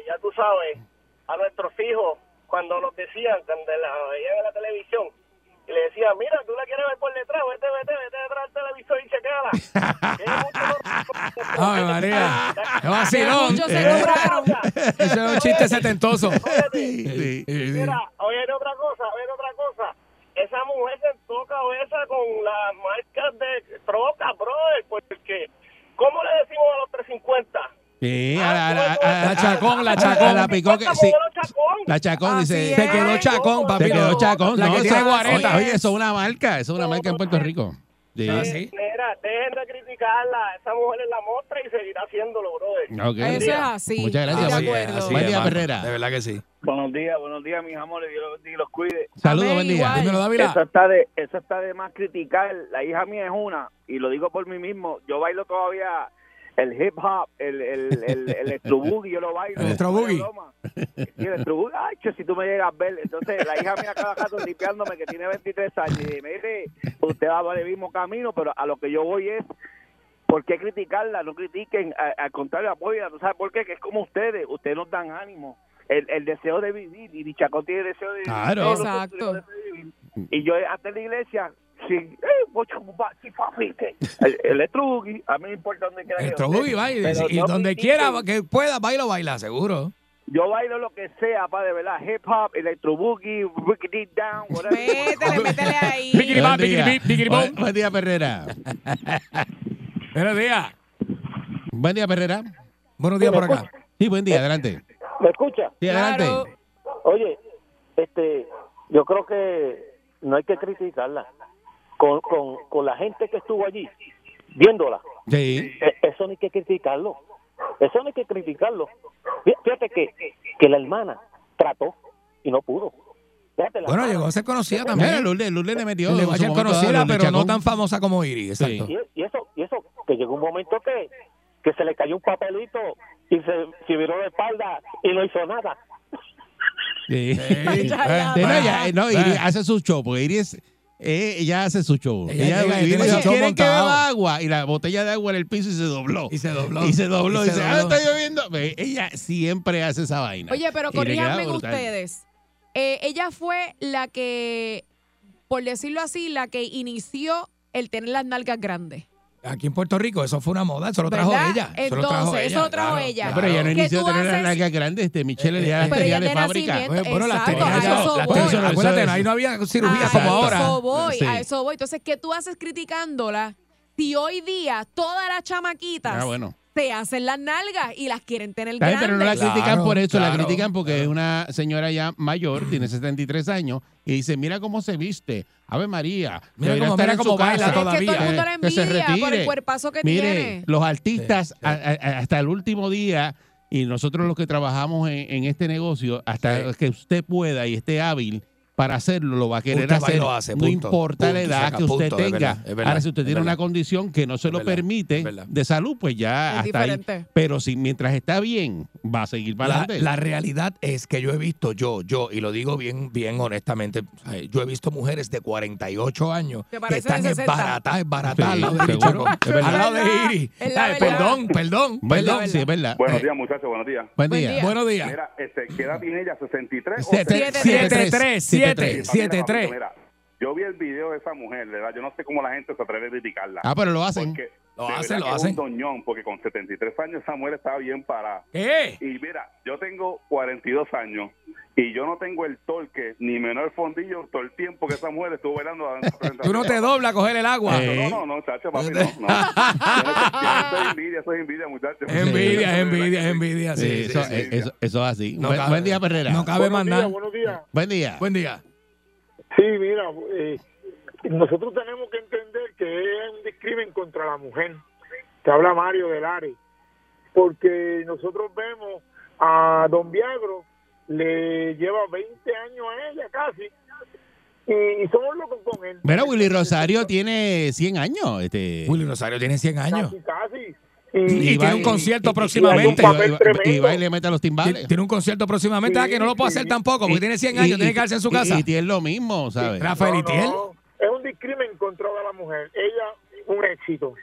ya tú sabes, a nuestros hijos cuando nos decían, cuando la veían en la televisión, y le decían, mira, tú la quieres ver por detrás, vete, vete, vete detrás del televisor y checala. Que muchos no-
Ay, María. Qué
Que
vacilón.
muchos se
Eh,
cobraron.
Eso es un chiste setentoso.
Espérate.
Sí, sí.
Mira, oye, otra cosa, oye, otra cosa. Esa mujer sentó cabeza con las marcas de troca, brother, porque ¿cómo le decimos a los 350?
Sí, a la, a la- a-
La chacón, la
a- a
chacón.
la picó que- sí. La chacón
Así
dice.
es.
Se quedó chacón, papi.
Se quedó chacón.
La que
no,
tiene
eso-
guareta.
Oye, eso es una marca. Eso es una marca en Puerto Rico. Sí.
Ah, sí.
Mira, dejen de criticarla, esa mujer es la mostra y seguirá haciéndolo, brother.
Ah,
Ok.
Eso es así.
Muchas gracias.
Estoy de
Buen-
acuerdo.
Buen
es,
día,
Marco.
Herrera.
De verdad que sí.
Buenos días, buenos días, mis amores. Dios los, Dios los cuide.
Saludos,
Amén,
buen día.
igual.
Dímelo,
Eso
Dávila.
está, de, eso está de más criticar. La hija mía es una, y lo digo por mí mismo. Yo bailo todavía el hip hop, el, el, el, el electro boogie, yo lo bailo.
El electro boogie.
No es broma. Sí, el electro boogie. Ay, che, si tú me llegas a ver. Entonces, la hija mía cada rato tipeándome que tiene 23 años. Y me dice, usted va por el mismo camino, pero a lo que yo voy es ¿Por qué criticarla? No critiquen, a- al contrario, apóyenla. ¿Tú sabes por qué? Que es como ustedes, ustedes nos dan ánimo. El, el deseo de vivir, y Chacón tiene deseo de vivir.
Claro.
Todos nosotros
Exacto.
tenemos deseo de vivir. Y yo hasta en la iglesia, sí, eh, bocho, papá, sí, papi, que- el, el estrugi, a mí me importa donde quiera que
Electro
yo
Boogie,
esté,
vaya.
pero
Y
no
donde
critiquen.
quiera que pueda, bailo, baila, seguro.
Yo bailo lo que sea, pa, de verdad, hip hop, electro boogie, rickety down, whatever.
Métele, métele ahí.
Digiribam,
Buen día.
digiribip, digiribom.
Buen- Buen día, Herrera.
Buenos días.
Buen día, Herrera.
Buenos días por acá.
Sí, buen día. Adelante.
¿Me escucha?
Sí,
Claro.
adelante.
Oye, este, yo creo que no hay que criticarla. Con, con, con la gente que estuvo allí, viéndola,
Sí.
e- eso no hay que criticarlo. Eso no hay que criticarlo. Fí- Fíjate que, que la hermana trató y no pudo. Fíjate, la
Bueno,
hermana-
llegó a ser conocida
Mira,
también.
Eh, Lourdes, Lourdes le metió.
Le
en
va a
su
ser
momento dado,
conocida,
Lourdes
pero no
Chacón.
tan famosa como Iri. Exacto.
Y, y eso, y eso, que llegó un momento que, que se le cayó un papelito y se, se viró de espalda y no hizo nada.
Sí.
Sí.
Sí, no, ya, eh, no, Iri hace su show, porque Iri es- eh, ella hace su show.
Ella
Ella,
llega y
Iri
tiene su
dice,
show
"¿Quieren que
montado".
beba agua? Y la botella de agua en el piso y se dobló.
Y se dobló.
Y se dobló.
Y
Y
se
dice, ah,
dobló.
está lloviendo. Ve, Ella siempre hace esa vaina.
Oye, pero
Y le queda
corríjanme
brutal.
ustedes. Eh, ella fue la que, por decirlo así, la que inició el tener las nalgas grandes.
Aquí en Puerto Rico, eso fue una moda, eso lo trajo
¿Verdad?
ella.
Entonces,
lo trajo
eso lo trajo ella.
pero ella no
Que
inició
tú
a tener las
haces-
nalgas grandes. Este Michelle ya las
Pero
tenía
ella
de
de
fábrica.
nacimiento,
eh, Bueno, las
exacto,
tenía
a Ah.
ya-
eso
las
voy.
tenía- acuérdate, ahí no había cirugía Ah, como ahora.
A eso voy,
Sí.
a eso voy. Entonces, ¿qué tú haces criticándola si hoy día todas las chamaquitas
Ah, bueno.
te hacen las nalgas y las quieren tener
Está bien,
grandes?
pero no la critican por eso, la
claro,
critican porque es una señora ya mayor, tiene 73 años, y dice, mira cómo se viste, Ave María,
Mira
debería
cómo-
estar
mira
en su
cómo baila
casa,
todavía. Es que todo el
mundo la
que se
envidia por el
retire.
cuerpazo que
Mire,
tiene.
los artistas a- a- hasta el último día, y nosotros los que trabajamos en, en este negocio, hasta que usted pueda y esté hábil, para hacerlo lo va a querer
Usted va y
hacer.
lo hace,
no
punto.
importa
Punto,
la
y se
edad
acaba,
que usted
punto, es
tenga.
verdad, es verdad,
Ahora, si usted
es
tiene una
verdad.
condición que no se lo
verdad,
permite
es verdad.
de salud, pues ya
Es
hasta ahí.
diferente.
Pero si mientras está bien, va a seguir para
La,
adelante.
la realidad es que yo he visto, yo, yo, y lo digo bien, bien honestamente, o sea, yo he visto mujeres de 48 años
Que
que
parecen
están
de 60.
esbaratadas, esbaratadas al lado
Sí,
de
seguro.
Bichaco,
Es verdad.
al lado de
Es la
Iri.
verdad.
Ay, Perdón, perdón,
Verdad,
perdón.
sí, es verdad.
Buenos
Eh,
días, muchachos, buenos días.
buen
Buen
día.
día.
Buenos días.
Mira, este, ¿qué edad tiene ella? ¿63 o
Siete-
63?
siete-
siete- tres,
tres, siete-
siete-
tres.
Sí, papi,
7-3.
Mira, yo vi el video de esa mujer, ¿verdad? Yo no sé cómo la gente se atreve a criticarla.
Ah, pero lo hacen.
Porque
Lo
de
hacen,
verdad
lo
que es
hacen.
un doñón, porque con 73 años esa mujer estaba bien parada.
¿Qué?
Y mira, yo tengo 42 años y yo no tengo el torque ni menor fondillo todo el tiempo que esa mujer estuvo bailando. a danza presentación.
Tú no te doblas a coger el agua.
Eh.
No, no, no, chacho, papi, no. no. Eso es envidia, eso es envidia, muchachos.
Es envidia, es envidia, es envidia.
Sí,
Sí, sí,
eso,
sí.
eh, eso- eso es así.
No
buen,
cabe-
buen día, Perrera.
No cabe más nada.
buenos días.
buen día.
Buen día.
Sí, mira, eh, nosotros tenemos que entender que es un discrimen contra la mujer, que habla Mario del Ari, porque nosotros vemos a Don Viagro, le lleva 20 años a ella casi, y, y somos locos con él.
Mira, Willy Rosario tiene 100 años. Este,
Willy Rosario tiene 100 años.
Casi, casi.
Y,
va-
tiene un concierto
y- y-
próximamente.
Y,
Un
va-
papel
y va- y
tremendo.
va y le mete a los timbales.
Tiene- Tiene un concierto próximamente. Ah, que no lo puedo hacer
Sí.
tampoco, porque
Y-
tiene 100
y-
años, tiene
y-
que quedarse en su
y-
casa.
Y, tiene lo mismo, ¿sabes?
Rafael
No,
Itiel.
no, es un discrimen contra la mujer. Ella, un éxito.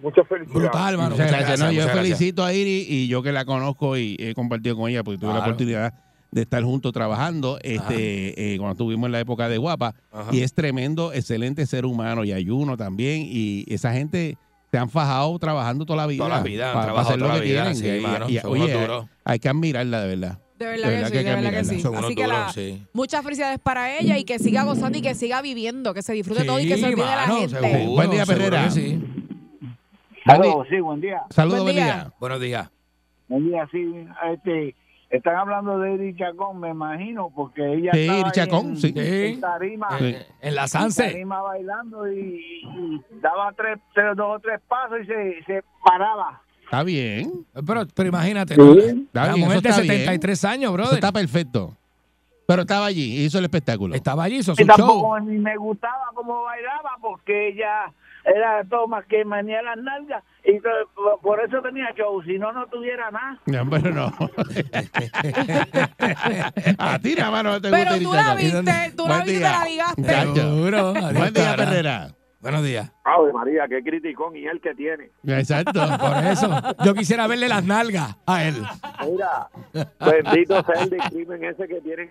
Muchas felicidades.
Brutal, hermano.
Muchas gracias. No, yo
muchas gracias.
felicito a Iri y yo que la conozco y he compartido con ella porque tuve la
Claro.
oportunidad de estar juntos trabajando este, eh, cuando estuvimos en la época de Guapa.
Ajá.
Y es tremendo, excelente ser humano y ayuno también. Y esa gente se han fajado trabajando toda la vida.
Toda la vida, han
pa- pa
trabajado
hacer lo
toda la
que
vida,
tienen.
sí,
Y-
hermano,
y-
son
oye,
unos duros.
hay que admirarla, de verdad.
De verdad, que sí, de verdad que sí.
Son unos
Así que
duros,
la-
sí.
muchas felicidades para ella y que siga gozando y que siga viviendo, que se disfrute todo y que se olvide de la
mano,
gente.
seguro,
Buen día,
seguro
Perrera.
que sí.
Buen
Aló, Oh, sí, buen día.
día. Saludos, buen
Buen día.
día.
Buenos días.
Buen día, sí. Este, están hablando de Eri Chacón, me imagino, porque ella
Sí,
estaba
Iri
ahí
Chacón,
en,
sí.
en tarima.
Sí.
En, en la
en
Sanse.
tarima bailando y, y daba tres, tres, dos o tres pasos y se, se paraba.
Está bien.
Pero, pero imagínate,
Está
la
bien,
mujer
eso
de
está bien.
73 años,
Eso
brother.
está perfecto. Pero estaba allí y hizo el espectáculo.
Estaba allí, hizo su
Y
show.
tampoco ni me gustaba cómo bailaba porque ella era todo más que manía las nalgas y entonces, por- por eso tenía show, si no, no tuviera nada.
No, pero no. a ti nada más no te gusta
Pero tú
Iri
la
Chacón.
viste, tú
Buen
la viste, y te
día.
la ligaste.
Chacho.
Seguro.
Buen
Adiós,
día,
cara.
Perrera.
Buenos días.
Ave María, qué criticón y el que tiene.
Exacto.
Por eso, yo quisiera verle las nalgas a él.
Mira, Ah,
Ah,
bendito sea el discrimen ese que tienen.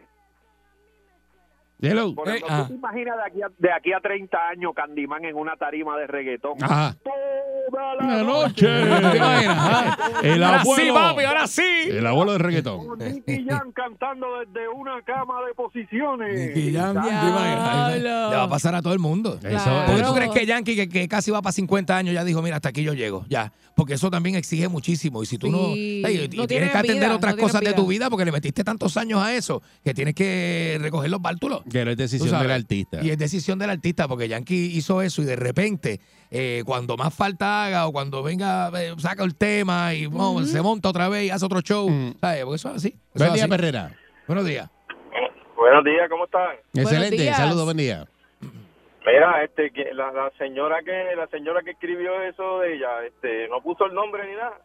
Hello.
Por
Eh,
ejemplo,
ah.
¿tú te imaginas de aquí, a, de aquí a 30 años Candyman en una tarima de reggaetón?
Ah.
Ajá.
Toda la
Buenas
noche.
¿Te
noches.
imaginas, ah?
El
Ahora sí,
abuelo.
papi, ahora sí.
El abuelo de reggaetón. Eh,
Nicky Jam cantando desde una cama de posiciones.
Nicky Jam, ¿te imaginas?
Diablo.
Le va a pasar a todo el mundo.
Eso
¿Por
es.
qué
Claro.
tú crees que Yankee, que, que casi va para 50 años, ya dijo, mira, hasta aquí yo llego, ya? Porque eso también exige muchísimo. Y si tú no...
Sí,
Ey, y- y
no
tienes
tienes
que atender
vida,
otras
no tienes
cosas de tu
vida.
vida porque le metiste tantos años a eso que tienes que recoger los bártulos.
Que no es
tú
decisión
sabes.
del artista.
Y es decisión del artista, porque Yankee hizo eso y de repente, eh, cuando más falta haga o cuando venga, eh, saca el tema y bueno, se monta otra vez y hace otro show.
Mm.
¿Sabes? Porque eso es así. eso es
Buen día,
así.
Perrera.
Buenos días.
Buenos días, ¿cómo están?
Excelente.
días.
Saludos, buen día.
Mira, este, que la, la señora que la señora que escribió eso de ella, este, no puso el nombre ni nada.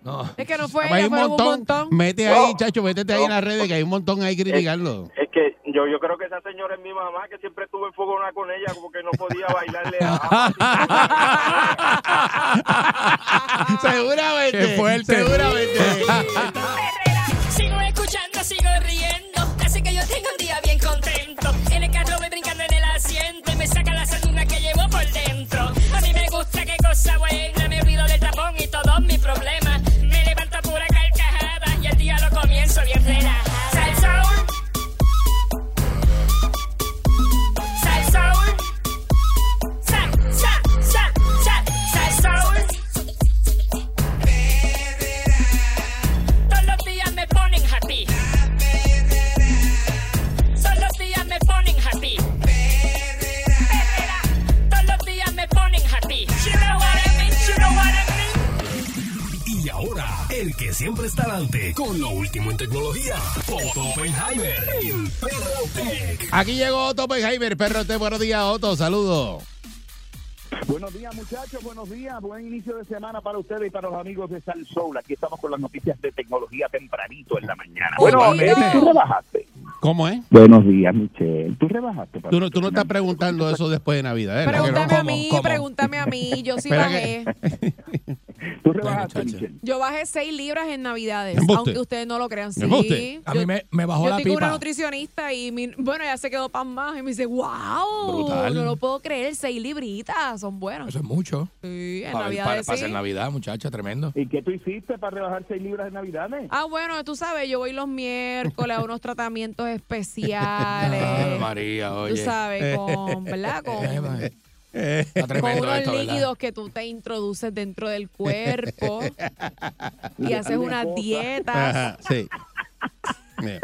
No.
Es que no fue
hay
ella,
un
fue un
montón.
montón.
Mete ahí, chacho, métete ahí en las redes que hay un montón ahí criticando.
Es que yo yo creo que esa señora es mi mamá que siempre estuve en fogona con ella como que no podía bailarle a
Seguramente.
Qué fuerte.
Seguramente.
Sigo escuchando, sigo riendo. Así que yo tengo un día bien contento. En el carro voy brincando en el asiento y me saca la sanduna que llevo por dentro. A mí me gusta, qué cosa buena.
adelante con lo último en tecnología. Otto Oppenheimer en Perro
Eh.
Tech.
Aquí llegó Otto Oppenheimer, perro te buenos días, Otto, saludos.
Buenos días, muchachos. Buenos días. Buen inicio de semana para ustedes y para los amigos de Sal Soul. Aquí estamos con las noticias de tecnología tempranito en la mañana. Bueno,
Michelle,
tú rebajaste.
este, ¿Cómo es?
Buenos días, Michelle. Tú rebajaste.
Tú no, tú no estás preguntando eso después de Navidad, ¿eh?
Pregúntame
¿Cómo?
a mí,
¿Cómo?
pregúntame a mí. Yo sí
Espera
bajé.
Tú
rebajaste, Michelle.
Yo bajé 6 libras en Navidades,
Embuste.
aunque ustedes no lo crean. Sí.
Embuste.
A mí me, me bajó
Yo
la
estoy con una
pipa.
nutricionista y mi- bueno, ella se quedó pan más y me dice, wow,
Brutal.
no lo puedo creer, seis libritas, son buenos.
Eso es mucho.
Sí, en
Para-
Navidad
para- para
sí.
hacer Navidad, muchacha, tremendo.
¿Y qué tú hiciste para rebajar 6 libras en Navidades?
Ah, bueno, tú sabes, yo voy los miércoles a unos tratamientos especiales.
Ave María, Ah, oye.
Tú sabes, con, ¿verdad? Con,
Está
con
tremendo
unos
esto, ¿verdad?
líquidos que tú te introduces dentro del cuerpo y haces unas dietas.
Ajá, sí.
¿Eh?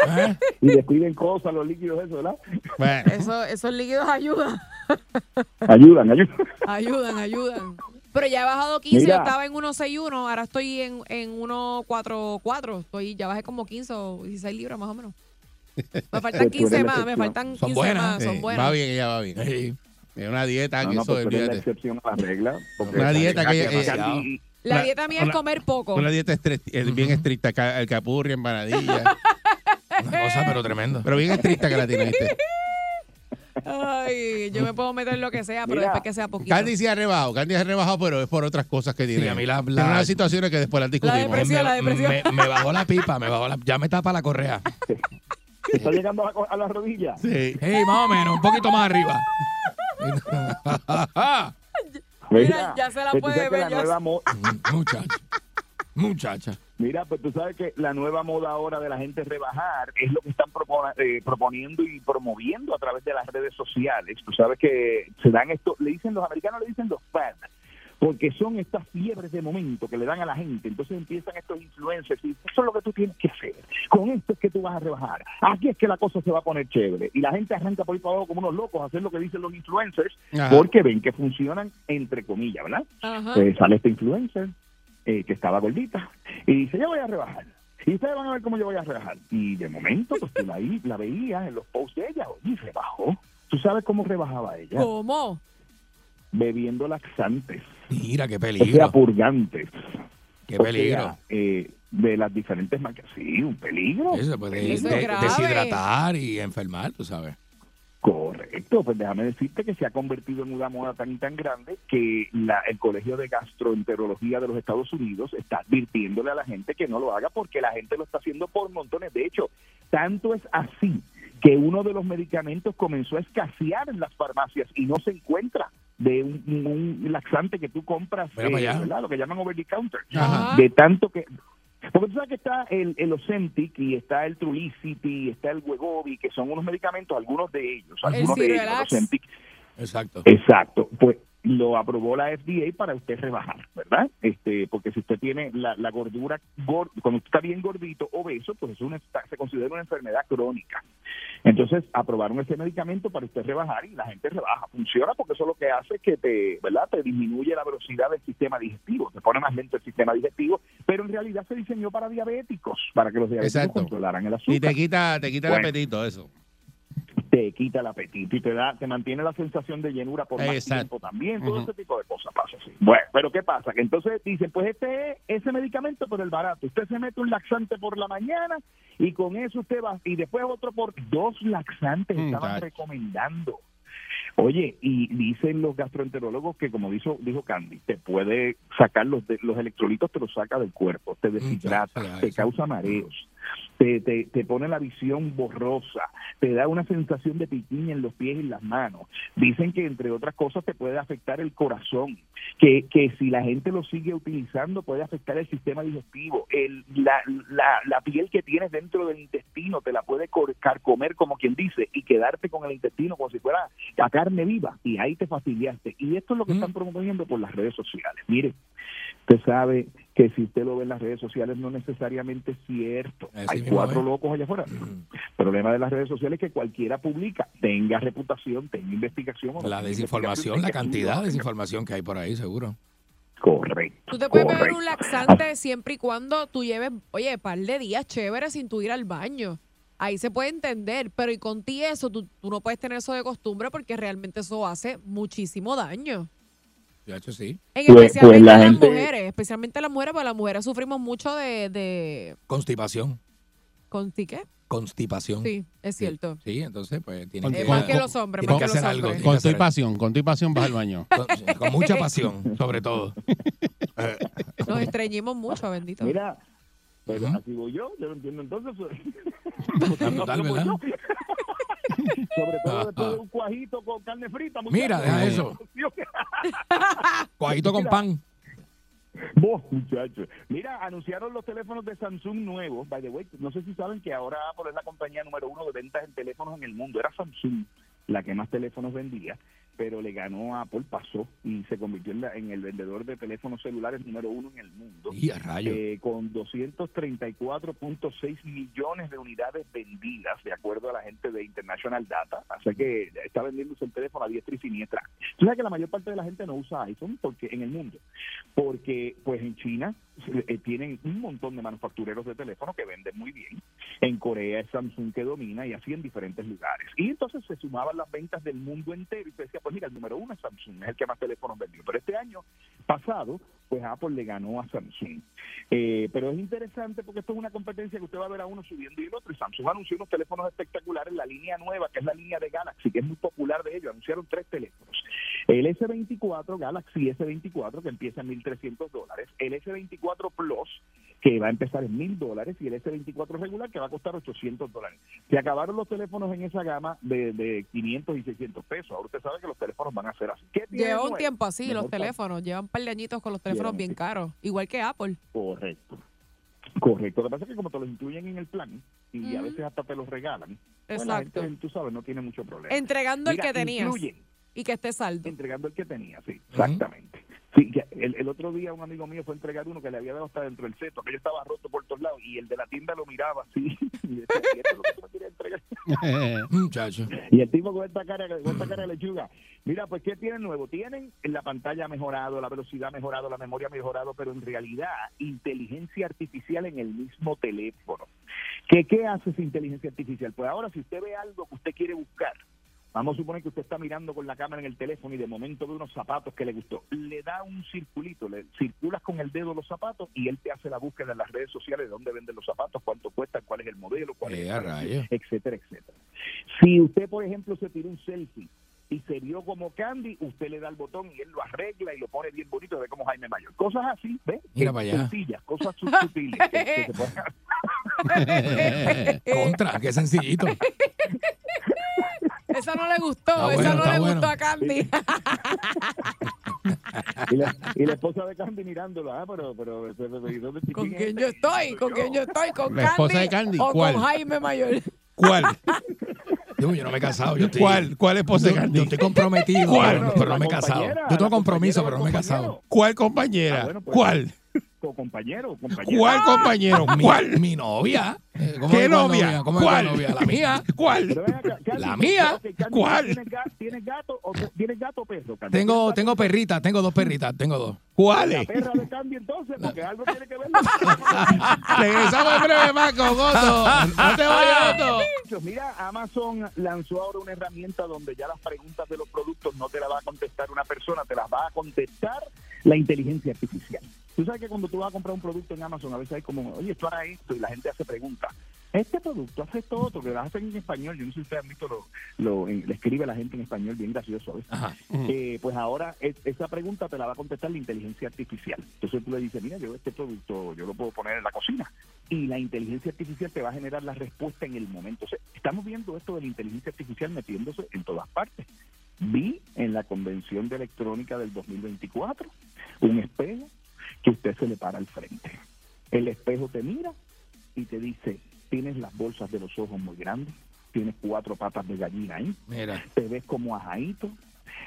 Y les piden cosas, los líquidos, eso, ¿verdad?
Bueno.
Eso- esos líquidos ayudan,
Ayudan, ayudan.
ayudan, ayudan. Pero ya he bajado 15,
Mira.
yo estaba en 161, ahora estoy en, en 144, estoy, ya bajé como 15 o 16 libras más o menos. Me
Pues
faltan 15 más, me faltan 15 más, son
Sí,
buenas.
Va bien, ella va bien. Es una dieta
No,
que
no,
eso
pues tú eres la
olvídate.
excepción a la regla. porque-
Una dieta que
Porque-
ella. eh,
La
una-
dieta mía es
una-
comer poco.
Una dieta estre- eh, bien estricta, ca- el capurri, empanadilla.
Una cosa, pero tremendo.
Pero bien estricta que la tiene, ¿viste?
Ay, yo me puedo meter lo que sea, pero
Mira.
después que sea poquito.
Candy sí ha rebajado, Candy ha rebajado, pero es por otras cosas que tiene.
a mí la-
Tiene
la-
unas situaciones que después las discutimos.
depresión, la depresión.
Me, me bajó la pipa, Ah, me bajó la Ya me tapa la correa.
¿Te está llegando a la, co- a la rodilla?
Sí.
Hey, más o menos, un poquito más arriba.
Mira, ya se la
pues tú
puede
sabes que
ver,
la
ya
nueva
se-
mo-
Muchacha. Muchacha.
Mira, pues tú sabes que la nueva moda ahora de la gente rebajar es lo que están propona- eh, proponiendo y promoviendo a través de las redes sociales. Tú sabes que se dan esto, le dicen los americanos, le dicen los fans, porque son estas fiebres de momento que le dan a la gente. Entonces empiezan estos influencers y eso es lo que tú tienes que hacer. Con esto es que tú vas a rebajar. Aquí es que la cosa se va a poner chévere. Y la gente arranca por ahí para abajo como unos locos a hacer lo que dicen los influencers
Ajá.
porque ven que funcionan, entre comillas, ¿verdad?
Ajá.
Pues sale este influencer eh, que estaba gordita y dice, yo voy a rebajar. Y ustedes van a ver cómo yo voy a rebajar. Y de momento, pues tú la, i- la veías en los posts de ella, oye, rebajó. ¿Tú sabes cómo rebajaba ella?
¿Cómo?
Bebiendo laxantes,
Mira qué
o sea,
peligro.
purgantes.
Qué
O sea,
peligro.
eh, de las diferentes marcas. Sí, un peligro.
Eso puede
Eso es
de-
grave.
deshidratar y enfermar, tú sabes.
Correcto, pues déjame decirte que se ha convertido en una moda tan y tan grande que la- el Colegio de Gastroenterología de los Estados Unidos está advirtiéndole a la gente que no lo haga porque la gente lo está haciendo por montones. De hecho, tanto es así que uno de los medicamentos comenzó a escasear en las farmacias y no se encuentra de un, un laxante que tú compras, eh,
Mira para allá.
¿verdad? lo que llaman over the counter,
Ah.
Ajá.
de tanto que... Porque tú sabes que está el, el Ocentic y está el Trulicity y está el Wegovy, que son unos medicamentos, algunos de ellos,
El
algunos de ellos, el
Cirelax.
Ozempic.
Exacto.
Exacto, pues lo aprobó la FDA para usted rebajar, ¿verdad? Este, porque si usted tiene la, la gordura, gor- cuando usted está bien gordito, obeso, pues es una, está- se considera una enfermedad crónica. Entonces aprobaron ese medicamento para usted rebajar y la gente rebaja. Funciona porque eso lo que hace es que te, ¿verdad? Te disminuye la velocidad del sistema digestivo, te pone más lento el sistema digestivo, pero en realidad se diseñó para diabéticos, para que los diabéticos
Exacto.
controlaran el azúcar
Y te quita, te quita
Bueno.
el apetito, eso.
te quita el apetito y te da, te mantiene la sensación de llenura por más
Exacto.
tiempo también, todo
Ujú.
ese tipo de cosas pasa así. Bueno, pero ¿qué pasa? Que entonces dicen, pues este es ese medicamento por el barato, usted se mete un laxante por la mañana y con eso usted va, y después otro por dos laxantes
Mm,
estaban
tacho.
recomendando. Oye, y dicen los gastroenterólogos que como dijo, dijo Candy, te puede sacar los, de- los electrolitos, te los saca del cuerpo, te deshidrata, te causa mareos, te, te, te pone la visión borrosa, te da una sensación de piquiña en los pies y en las manos. Dicen que entre otras cosas te puede afectar el corazón, que, que si la gente lo sigue utilizando puede afectar el sistema digestivo, el, la, la, la piel que tienes dentro del intestino te la puede cor- carcomer como quien dice y quedarte con el intestino como si fuera la carne viva y ahí te fastidiaste. Y esto es lo que están promoviendo por las redes sociales. Mire, usted sabe que si usted lo ve en las redes sociales no necesariamente es cierto.
Así
Hay
mismo
cuatro
es.
locos allá afuera. El problema de las redes sociales es que cualquiera publica, tenga reputación, tenga investigación. o no
La
tenga
desinformación, la
investigación,
cantidad de
tenga estudio,
desinformación que hay por ahí, seguro.
Correcto.
Tú te puedes beber un laxante siempre y cuando tú lleves, oye, par de días chévere sin tú ir al baño. Ahí se puede entender, pero y con ti eso, tú, tú no puedes tener eso de costumbre porque realmente eso hace muchísimo daño.
De hecho, sí.
En
Pues-
especialmente
pues la
las
gente-
mujeres, especialmente las mujeres, porque las mujeres sufrimos mucho de, de
Constipación.
¿con ti qué?
Constipación.
Sí, es cierto.
Sí, entonces pues tienen
Eh,
que...
más que los hombres,
tienen
más que los
hacer algo,
hombres.
tienen que
Con tu y
hacer algo.
pasión, con tu y pasión vas al baño.
Con, con mucha pasión, sobre todo.
Nos estreñimos mucho, bendito.
Mira, pero así voy yo, yo lo entiendo entonces.
brutal,
Como
Ah, ¿verdad?
yo. Sobre todo después de un cuajito con carne frita.
Mira,
muchacho.
deja eso. Cuajito con
Mira,
pan.
Vos, muchachos. Mira, anunciaron los teléfonos de Samsung nuevos. By the way, no sé si saben que ahora Apple es la compañía número uno de ventas en teléfonos en el mundo. Era Samsung la que más teléfonos vendía, pero le ganó a Apple, pasó y se convirtió en, la- en el vendedor de teléfonos celulares número uno en el mundo.
Y a rayos.
Eh, con 234.6 millones de unidades vendidas, de acuerdo a la gente de International Data. Así que está vendiéndose el teléfono a diestra y siniestra. Tú sabes que la mayor parte de la gente no usa iPhone porque en el mundo, porque pues en China eh, tienen un montón de manufactureros de teléfono que venden muy bien. En Corea es Samsung que domina y así en diferentes lugares. Y entonces se sumaban las ventas del mundo entero y se decía, pues mira, el número uno es Samsung, es el que más teléfonos vendió. Pero este año pasado, pues Apple le ganó a Samsung. Eh, pero es interesante porque esto es una competencia que usted va a ver a uno subiendo y el otro. Y Samsung anunció unos teléfonos espectaculares, la línea nueva, que es la línea de Galaxy, que es muy popular de ellos. Anunciaron tres teléfonos. El S24, Galaxy S24, que empieza en 1.300 dólares. El S24 Plus, que va a empezar en 1.000 dólares. Y el S24 regular, que va a costar 800 dólares. Se acabaron los teléfonos en esa gama de, de 500 y 600 pesos. Ahora usted sabe que los teléfonos van a ser así. ¿Qué tiene
Lleva un
nuevo?
tiempo así
Mejor
los
para-
teléfonos, llevan un par de añitos con los teléfonos
Llevan,
bien
sí.
caros, igual que Apple.
Correcto. Correcto. Lo que pasa es que como te los incluyen en el plan y a
Ujú.
veces hasta te los regalan, pues la
Exacto.
gente, tú sabes, no tiene mucho problema.
Entregando
Mira,
el que tenías
incluyen.
y que esté saldo.
Entregando el que tenía, sí. Exactamente. Sí, que el, el otro día un amigo mío fue a entregar uno que le había dado hasta dentro del seto, que yo estaba roto por todos lados y el de la tienda lo miraba así. Y, decía, "¿Y esto es lo que tú me quieres entregar?"
Muchacho.
Y el tipo con esta cara, con esta cara de lechuga. Mira, pues ¿qué tienen nuevo? Tienen la pantalla ha mejorado, la velocidad ha mejorado, la memoria ha mejorado, pero en realidad inteligencia artificial en el mismo teléfono. ¿Qué, qué hace esa inteligencia artificial? Pues ahora si usted ve algo que usted quiere buscar, vamos a suponer que usted está mirando con la cámara en el teléfono y de momento ve unos zapatos que le gustó, le da un circulito, le circulas con el dedo los zapatos y él te hace la búsqueda en las redes sociales de dónde venden los zapatos, cuánto cuestan, cuál es el modelo, cuál es
Eh,
el
a
precio,
rayos.
etcétera, etcétera. Si usted, por ejemplo, se tiró un selfie y se vio como Candy, usted le da el botón y él lo arregla y lo pone bien bonito, ve como Jaime Mayor. Cosas así, ¿ves?
Mira para allá.
Sencillas, cosas sutiles. que- que se pueden hacer.
Contra, qué sencillito.
Esa no le gustó,
Está
esa
bueno,
no
está
le
bueno.
gustó a Candy.
y, la, y la esposa de Candy mirándola, ah, pero, pero, pero, pero, ¿y dónde estoy?
¿Con
¿Quién
quién
es?
yo estoy? ¿Con quién yo estoy? ¿Con
La esposa de Candy,
¿O
¿cuál?
con Jaime Mayor?
¿Cuál?
Yo, yo no me he casado. Yo estoy,
¿Cuál? ¿Cuál esposa de
yo,
Candy?
yo estoy comprometido,
¿Cuál?
pero, no- pero no me he casado.
compañera,
Yo
la
tengo compromiso, pero no me he
compañera,
casado.
¿Cuál compañera?
Ah, bueno, pues.
¿Cuál?
Co- compañero, compañero.
¿Cuál compañero?
Mi,
¿Cuál?
mi novia. Eh, ¿cómo
¿Qué
es cuál
novia?
¿Cómo es cuál
¿Cuál?
novia? La mía.
Pero
¿Cuál?
ven acá, Candy,
La mía.
ok, Candy,
¿Cuál?
¿Tienes gato, tienes gato o tienes gato o perro? Candy?
Tengo, tengo perritas, tengo dos perritas, tengo dos.
La
¿Cuál?
perra de Candy entonces, porque algo tiene que ver.
Regresamos en breve más con Otto. No te vayas, Otto.
Muchachos, Mira, Amazon lanzó ahora una herramienta donde ya las preguntas de los productos no te las va a contestar una persona, te las va a contestar la inteligencia artificial. Tú sabes que cuando tú vas a comprar un producto en Amazon, a veces hay como, oye, esto hará esto, y la gente hace preguntas. Este producto hace esto otro, que las hacen en español. Yo no sé si ustedes han visto, lo, lo- en- eh, le escribe la gente en español, bien gracioso. ¿ves?
Ajá.
Eh, pues ahora es- esa pregunta te la va a contestar la inteligencia artificial. Entonces tú le dices, mira, yo este producto yo lo puedo poner en la cocina. Y la inteligencia artificial te va a generar la respuesta en el momento. O sea, estamos viendo esto de la inteligencia artificial metiéndose en todas partes. Vi en la convención de electrónica del 2024 un espejo que usted se le para al frente. El espejo te mira y te dice, tienes las bolsas de los ojos muy grandes, tienes cuatro patas de gallina ahí,
Mira.
te ves como ajaito,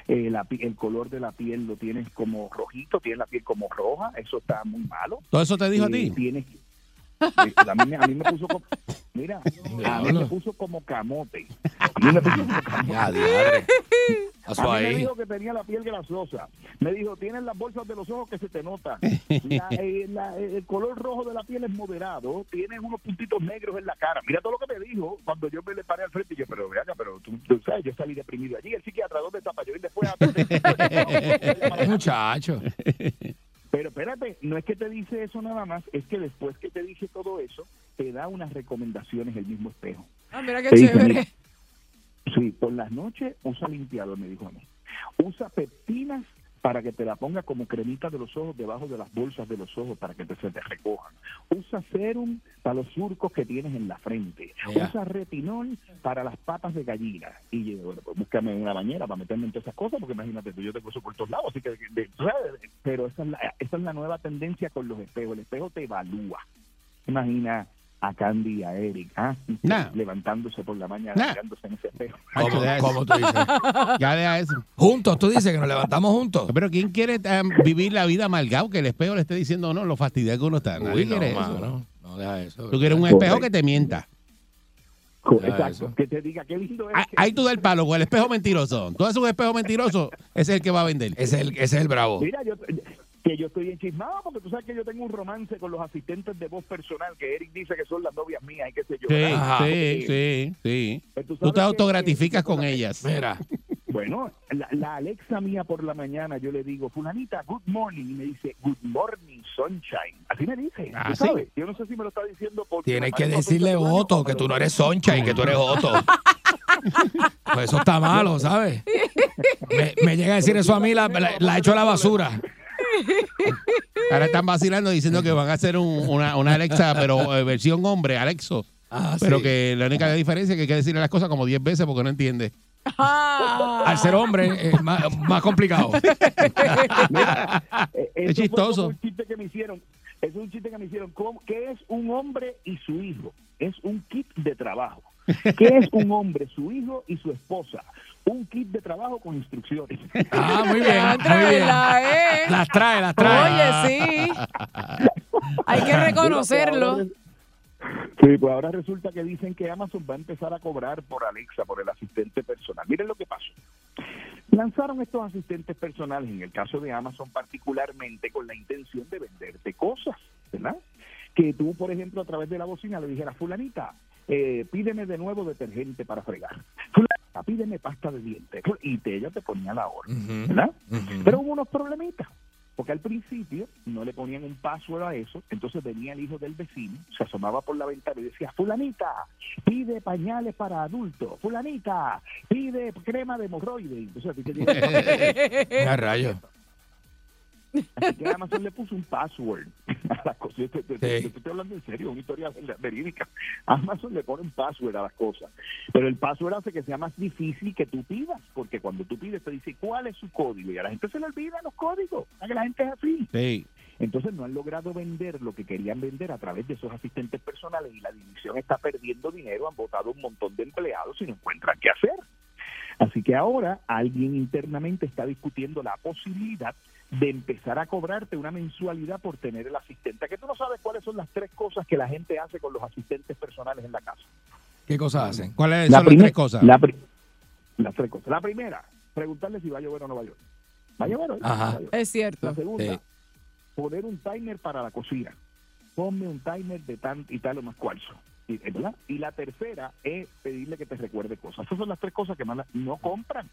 eh, la pi- el color de la piel lo tienes como rojito, tienes la piel como roja, eso está muy malo.
¿Todo eso te dijo a
Eh,
ti?
Tienes que- eh, a, mí, me- a mí me puso como, mira, a mí me puso como camote. A mí me puso como camote.
Ya, diadre. Pasó
a mí me
ahí.
dijo que tenía la piel grasosa. Me dijo, tienes las bolsas de los ojos que se te nota. La- eh, la- eh, el color rojo de la piel es moderado. Tienes unos puntitos negros en la cara. Mira todo lo que me dijo cuando yo me le paré al frente. Y yo, pero ve acá, pero tú, tú sabes, yo salí deprimido allí. El psiquiatra, ¿dónde está? Para yo ir después a...
Muchacho.
Pero espérate, no es que te dice eso nada más, es que después que te dice todo eso, te da unas recomendaciones el mismo espejo.
Ah, mira qué
Te dice,
chévere.
mira, sí, por las noches usa limpiador, me dijo a mí. Usa peptinas para que te la ponga como cremita de los ojos, debajo de las bolsas de los ojos, para que te, se te recojan. Usa serum para los surcos que tienes en la frente.
Ya.
Usa retinol para las patas de gallina. Y yo, bueno, pues búscame una bañera para meterme en todas esas cosas, porque imagínate, tú, yo tengo eso por todos lados. Así que, de- de- ¿sabes? pero esa es, la, esa es la nueva tendencia con los espejos. El espejo te evalúa. Imagina a Candy y a Eric, ¿ah? levantándose por la mañana,
Nah.
mirándose en ese espejo.
¿Cómo, cómo tú dices?
Ya deja eso.
Juntos, tú dices que nos levantamos juntos.
Pero ¿quién quiere eh, vivir la vida amargado que el espejo le esté diciendo no, lo fastidia que uno está? Nadie
Uy, no,
quiere eso.
mano. No deja eso.
Tú quieres un
Correcto.
espejo que te mienta.
Exacto, que te diga qué lindo es.
Ah, Ahí tú das el palo con el espejo mentiroso. Tú haces un espejo mentiroso, ese es el que va a vender.
Ese es el, ese es el bravo.
Mira, yo, que yo estoy enchismado porque tú sabes que yo tengo un romance con los asistentes de voz personal que Eric dice que son las novias mías y qué sé yo.
Sí,
¿verdad?
sí, sí, sí.
Pero
Tú te
sabes que-
autogratificas con ellas.
Mira.
Bueno, la, la Alexa mía por la mañana yo le digo, fulanita, good morning, y me dice, good morning, sunshine. Así me dice,
Ah,
¿tú
sí.
sabes? Yo no sé si me lo está diciendo porque...
Tienes
me
que
parece
decirle
bastante bueno,
Otto que tú no eres Soncha y que tú eres Otto. Pues eso está malo, ¿sabes? Me, me llega a decir eso a mí, la, la, la echo a la basura.
Ahora están vacilando diciendo que van a hacer un- una, una Alexa, pero eh, versión hombre, Alexo.
Ah,
pero
sí.
que la única diferencia es que hay que decirle las cosas como 10 veces porque no entiende.
Ah.
Al ser hombre es más, más complicado.
Eh, eso
Es
fue como
chistoso.
un chiste que me hicieron. Es un chiste que me hicieron. ¿Cómo- ¿Qué es un hombre y su hijo? Es un kit de trabajo. ¿Qué es un hombre, su hijo y su esposa? Un kit de trabajo con instrucciones.
Ah, muy bien,
Diantre,
muy bien.
¿verdad, eh?
Las trae, las trae.
Oye, sí. Hay que reconocerlo.
pues Sí, pues ahora resulta que dicen que Amazon va a empezar a cobrar por Alexa, por el asistente personal. Miren lo que pasó. Lanzaron estos asistentes personales, en el caso de Amazon particularmente, con la intención de venderte cosas, ¿verdad? Que tú, por ejemplo, a través de la bocina le dijeras, fulanita, eh, pídeme de nuevo detergente para fregar. Fulanita, pídeme pasta de dientes. Ful- Y te- ella te ponía la orden, ¿verdad? Pero hubo unos problemitas, porque al principio no le ponían un password a eso, entonces venía el hijo del vecino, se asomaba por la ventana y decía, fulanita, pide pañales para adultos, fulanita, pide crema de hemorroides. Entonces, así que llega-
Eh,
Mira, rayo.
así que Amazon le puso un password a las cosas. Yo te- te- te-
Sí.
te estoy hablando en serio, una historia ver- verídica. Amazon le pone un password a las cosas, pero el password hace que sea más difícil que tú pidas, porque cuando tú pides te dice cuál es su código y a la gente se le olvida los códigos, a que la gente es así.
Sí.
Entonces no han logrado vender lo que querían vender a través de esos asistentes personales y la división está perdiendo dinero, han votado un montón de empleados y no encuentran qué hacer. Así que ahora alguien internamente está discutiendo la posibilidad de empezar a cobrarte una mensualidad por tener el asistente, que tú no sabes cuáles son las tres cosas que la gente hace con los asistentes personales en la casa.
¿Qué cosas hacen?
¿Cuáles
La
son las
primer-
tres cosas?
la pri- las tres cosas. La primera, preguntarle si va a llover o no va a llover. ¿Va a llover hoy?
Ajá.
Va a llover.
Es cierto.
La segunda,
Sí.
poner un timer para la cocina. Ponme un timer de tan y tal o más cuarzo. Y, eh, ¿verdad? Y la tercera es pedirle que te recuerde cosas. Esas son las tres cosas que más la- no compran.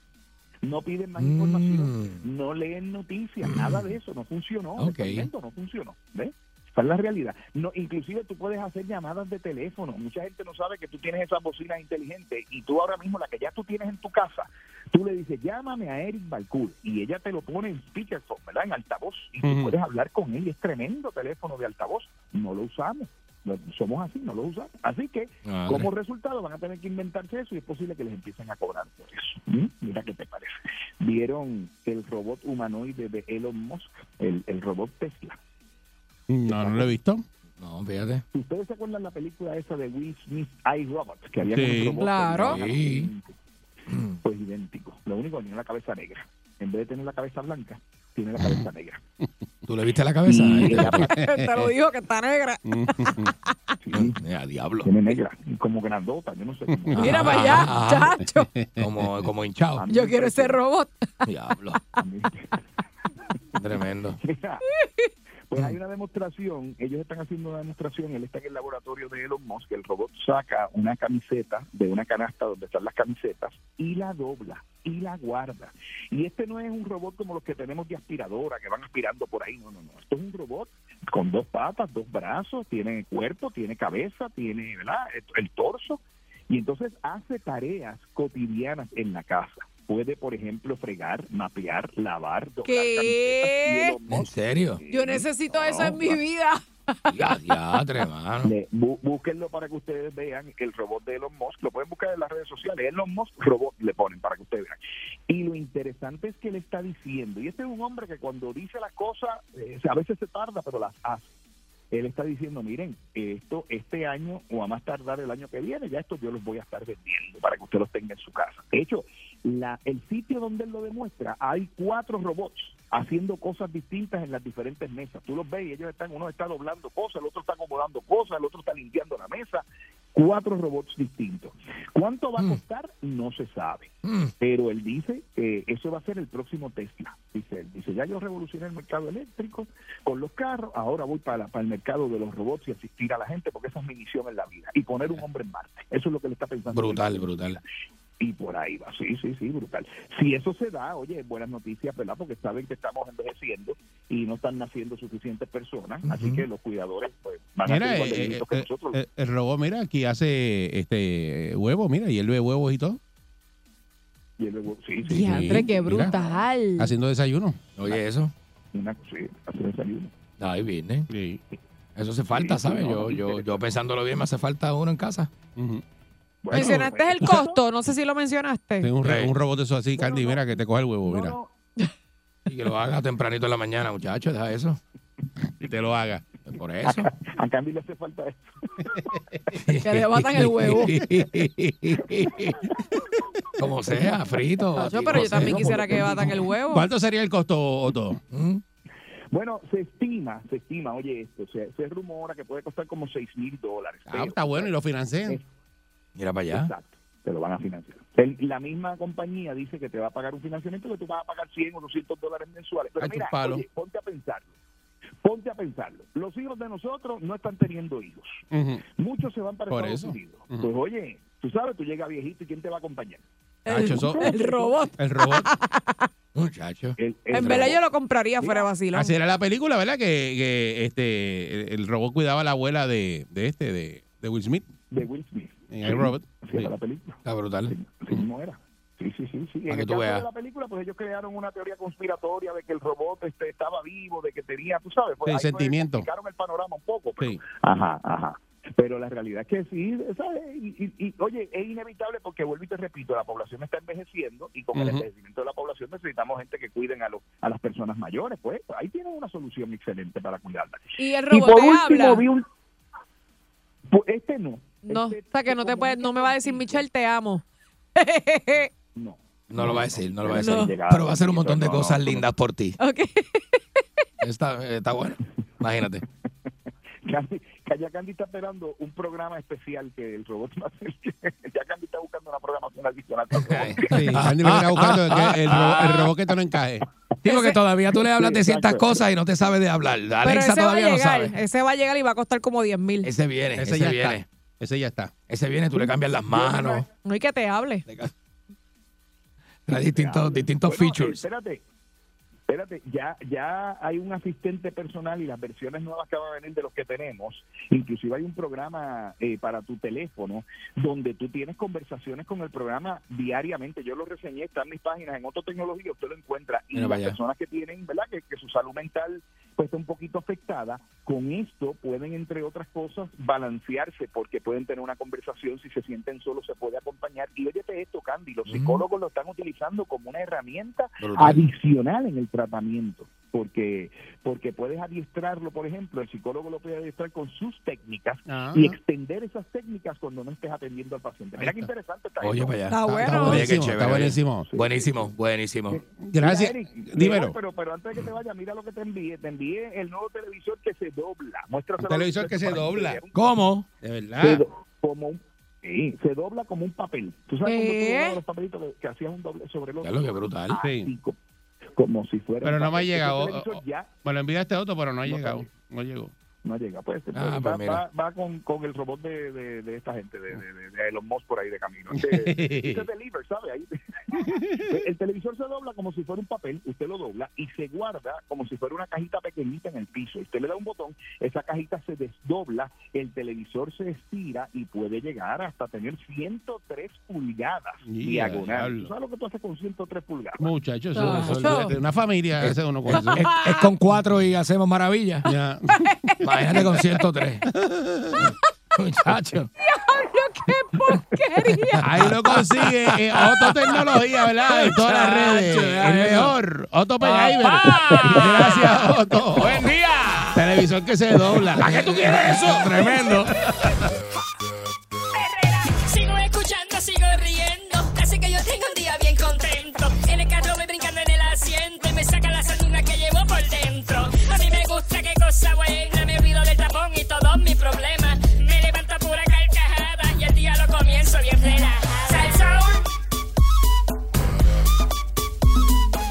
No piden más información, no leen noticias, nada de eso, no funcionó.
Mm. Ok.
el segmento no funcionó. ¿Ves? Esa es la realidad. No, inclusive tú puedes hacer llamadas de teléfono. Mucha gente no sabe que tú tienes esas bocinas inteligentes y tú ahora mismo, la que ya tú tienes en tu casa, tú le dices, llámame a Eric Balcour y ella te lo pone en speakerphone, ¿verdad? En altavoz. Y tú
Ujú.
puedes hablar con él. Y es tremendo teléfono de altavoz. No lo usamos. No- Somos así, no lo usamos. Así que,
Madre.
como resultado, van a tener que inventarse eso y es posible que les empiecen a cobrar por eso. ¿Mm? Mira qué te parece. Vieron el robot humanoide de Elon Musk, el, el robot Tesla.
No, no lo he visto.
No, fíjate.
¿Ustedes se acuerdan la película esa de Will Smith, I, Robot? Que había
Sí.
un robot
Claro.
que-
Sí. Mm.
Pues idéntico. Lo único que tiene la cabeza negra. En vez de tener la cabeza blanca, tiene la cabeza
Mm.
negra.
¿Tú le viste la cabeza?
Y
Ahí te-
era-
Te lo digo que está negra.
Sí.
Mira, diablo.
Tiene negra, como grandota, yo no sé. como-
Mira para allá, chacho.
Ah. Como, como hinchado.
Yo quiero ese robot.
Diablo. Tremendo.
Mira, pues hay una demostración, ellos están haciendo una demostración, él está en el laboratorio de Elon Musk, el robot saca una camiseta de una canasta donde están las camisetas y la dobla y la guarda. Y este no es un robot como los que tenemos de aspiradora, que van aspirando por ahí, no, no, no, esto es un robot con dos patas, dos brazos, tiene cuerpo, tiene cabeza, tiene ¿verdad? el torso, y entonces hace tareas cotidianas en la casa. Puede, por ejemplo, fregar, mapear, lavar, doblar
¿Qué?
camisetas. Y Elon
¿En serio?
Yo necesito eso en mi
va.
vida.
Ya, diadre, mano.
Le- bú- búsquenlo para que ustedes vean el robot de Elon Musk. Lo pueden buscar en las redes sociales. Elon Musk robot le ponen para que ustedes vean. Y lo interesante es que él está diciendo, y este es un hombre que cuando dice las cosas, eh, a veces se tarda, pero las hace. Él está diciendo, miren, esto este año o a más tardar el año que viene, ya esto yo los voy a estar vendiendo para que usted los tenga en su casa. De hecho, la, el sitio donde él lo demuestra, hay cuatro robots haciendo cosas distintas en las diferentes mesas. Tú los ves y ellos están, uno está doblando cosas, el otro está acomodando cosas, el otro está limpiando la mesa. Cuatro robots distintos. ¿Cuánto
Mm.
va a costar? No se sabe. Pero él dice que eso va a ser el próximo Tesla. Dice él, dice, ya yo revolucioné el mercado eléctrico con los carros, ahora voy para, la- para el mercado de los robots y asistir a la gente porque esa es mi misión en la vida. Y poner un hombre en Marte. Eso es lo que le está pensando.
Brutal, brutal.
Y por ahí va, sí, sí, sí, brutal. Si eso se da, oye, buenas noticias, ¿verdad? Porque saben que estamos envejeciendo y no están naciendo suficientes personas, así que los cuidadores pues, van a
Mira,
ser igual de
eh,
viejitos que
eh,
nosotros.
eh, el robot, mira, aquí hace este huevo, mira, y él ve huevos y todo.
Y luego, sí, sí,
Sí,
Diandre, qué
mira,
brutal.
Haciendo desayuno.
Oye, eso.
una cosa, sí, así desayuno.
Ahí viene.
Sí.
Eso hace falta,
Sí,
¿sabes?
no,
Yo,
no,
yo,
no.
yo pensándolo bien, me hace falta uno en casa.
Ujú.
Bueno,
Mencionaste el costo, no sé si lo mencionaste.
Tengo un, re-
Sí.
un robot de eso así, Candy,
no.
mira, que te coge el huevo,
no,
mira.
no,
Y que lo haga tempranito en la mañana, muchachos, deja eso.
Y te lo haga.
Por eso.
a Candy le hace falta eso.
Que le batan el huevo.
Como sea, frito.
Chacho,
tipo
pero yo también
seco,
quisiera que batan el huevo.
¿Cuánto sería el costo, Otto?
¿Mm?
Bueno, se estima, se estima, oye, esto, se, se rumora que puede costar como 6 mil dólares.
Ah,
pero-
está bueno y lo financian.
Mira para allá.
Exacto, te lo van a financiar. El- la misma compañía dice que te va a pagar un financiamiento que tú vas a pagar 100 o 200 dólares mensuales. Pero
Ay,
mira,
chupalo.
oye, ponte a pensarlo. Ponte a pensarlo. Los hijos de nosotros no están teniendo hijos.
Ujú.
Muchos se van para
Por
Estados
eso.
Unidos.
Ujú.
Pues oye, tú sabes, tú llegas viejito y quién te va a acompañar.
Hacho,
El,
eso-
el robot.
El robot.
Muchacho.
El- el
En verdad
robot.
yo lo compraría fuera de vacilón.
Así era la película, ¿verdad? Que, que, este, el, el robot cuidaba a la abuela de, de este, de, de Will Smith,
de Will Smith.
en el robot.
Así era la película.
Está brutal.
Sí, no era. Sí, sí, sí, sí.
Para
En
que
el
tú
caso
veas.
de la película, pues ellos crearon una teoría conspiratoria de que el robot este, estaba vivo, de que tenía, tú sabes, pues
Sí,
ahí fue que
sentimiento.
complicaron el panorama un poco. Pero,
Sí.
Ajá, ajá. Pero la realidad es que sí, ¿sabes? Y, y- y, oye, es inevitable porque vuelvo y te repito, la población está envejeciendo y con el
Ujú.
envejecimiento de la población necesitamos gente que cuiden a, los a las personas mayores. Pues ahí tienen una solución excelente para cuidarlas.
Y el
Y
robot
por
te
último,
habla.
vi un... Pues, Este no.
No,
Este
o sea que no te
comunica
puede, no me va a decir
contigo.
Michelle, te amo.
No.
No lo va a decir, no lo va a
No.
decir.
No.
Pero va a hacer un montón de
No, no,
cosas
no.
lindas por ti.
ok.
Está, está bueno. Imagínate.
Candy, que ya Candy está esperando un programa especial que el robot va a hacer. Ya Candy está buscando una programación adicional. para el robot.
Sí,
Ah,
Andy me está buscando que el, ro- el robot que te no encaje.
Digo que
Ese-
todavía tú le hablas de
Sí,
ciertas
exacto.
cosas y no te sabes de hablar.
Pero
Alexa
ese va a
todavía no
llegar,
sabe.
ese va a llegar y va a costar como 10 mil.
Ese viene, ese,
Ese ya
viene.
está. Ese ya está.
Ese viene, tú le cambias las manos.
No hay que te hable. Pues
Trae distintos, distintos
Bueno,
features.
Espérate, espérate, ya, ya hay un asistente personal y las versiones nuevas que van a venir de los que tenemos, inclusive hay un programa eh, para tu teléfono donde tú tienes conversaciones con el programa diariamente. Yo lo reseñé, está en mis páginas, en Otto Tecnología, usted lo encuentra. Y
Mira
las
para allá.
personas que tienen, ¿verdad?, que, que su salud mental pues está un poquito afectada, con esto pueden, entre otras cosas, balancearse porque pueden tener una conversación, si se sienten solos se puede acompañar. Y óyete esto, Candy, los
Mm.
psicólogos lo están utilizando como una herramienta
Brutal.
adicional en el tratamiento, porque porque puedes adiestrarlo, por ejemplo, el psicólogo lo puede adiestrar con sus técnicas ah. y extender esas técnicas cuando no estés atendiendo al paciente. Mira qué interesante está
Oye, para allá.
Está, bueno.
Está buenísimo,
chévere, está buenísimo.
Sí. buenísimo. Buenísimo, buenísimo.
Gracias.
Mira, Eric,
Dímelo.
mira, pero, pero antes de que te vaya, mira lo que te envié. Te envié el nuevo televisor que se dobla. Muéstraselo.
Un televisor que se
para
dobla.
vean.
¿Cómo?
De
Se
verdad.
do- como un- sí, se dobla como un papel. ¿Tú sabes cuando tú
¿Eh?
doblabas los papelitos que, que hacías un doble sobre el otro?
Ya lo que brutal.
Sí.
Así, co- como si fuera.
Pero
un
no me ha
papel. Ese
llegado.
televisor
O- o-
Ya
Me lo enviaste otro, pero no ha
No
llegado.
sabía.
No llegó.
no llega, pues.
Ah,
va,
pues mira.
va- va con, con el robot de, de- de esta gente, de, de, de- de los Musk por ahí de camino. Este, este deliver, ¿sabe? Ahí. el televisor se dobla como si fuera un papel, usted lo dobla y se guarda como si fuera una cajita pequeñita en el piso. Usted le da un botón, esa cajita se desdobla, el televisor se estira y puede llegar hasta tener 103 pulgadas
Ya,
diagonal.
diablo.
¿Tú ¿Sabes lo que tú haces con 103 pulgadas?
Muchachos,
Ah,
eso, eso,
eso.
olvídate. una familia hace uno con eso.
Es, es con cuatro y hacemos maravilla.
Ya.
Imagínate con 103. Muchacho.
Ahí lo consigue eh, Otto Tecnología, ¿verdad? En todas las redes.
Chacho, ya
El
eso.
mejor. Otto Penheimer.
Papá.
Gracias, Otto.
¡Buen día!
Televisor que se dobla.
¿Para qué tú quieres eso? Tremendo.
Sigo escuchando, sigo riendo. Hace que yo tenga un día bien contento. En el carro voy brincando en el asiento y me saca la sanduna que llevo por dentro. A mí me gusta qué cosa buena. Me olvido del tapón y todos mis problemas. Me levanto a pura carcajada y el día lo comienzo bien relajada. Sal Soul.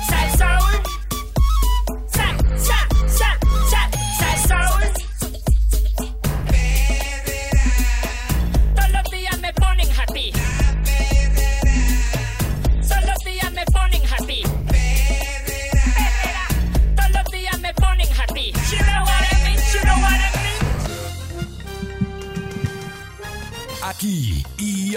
Sal Soul. Sal, sal, sal, sal, sal Soul. Todos los días me ponen happy. Todos los días me ponen happy. Perrera. Todos los días me ponen happy. You know what I mean, you know what I mean.
Aquí y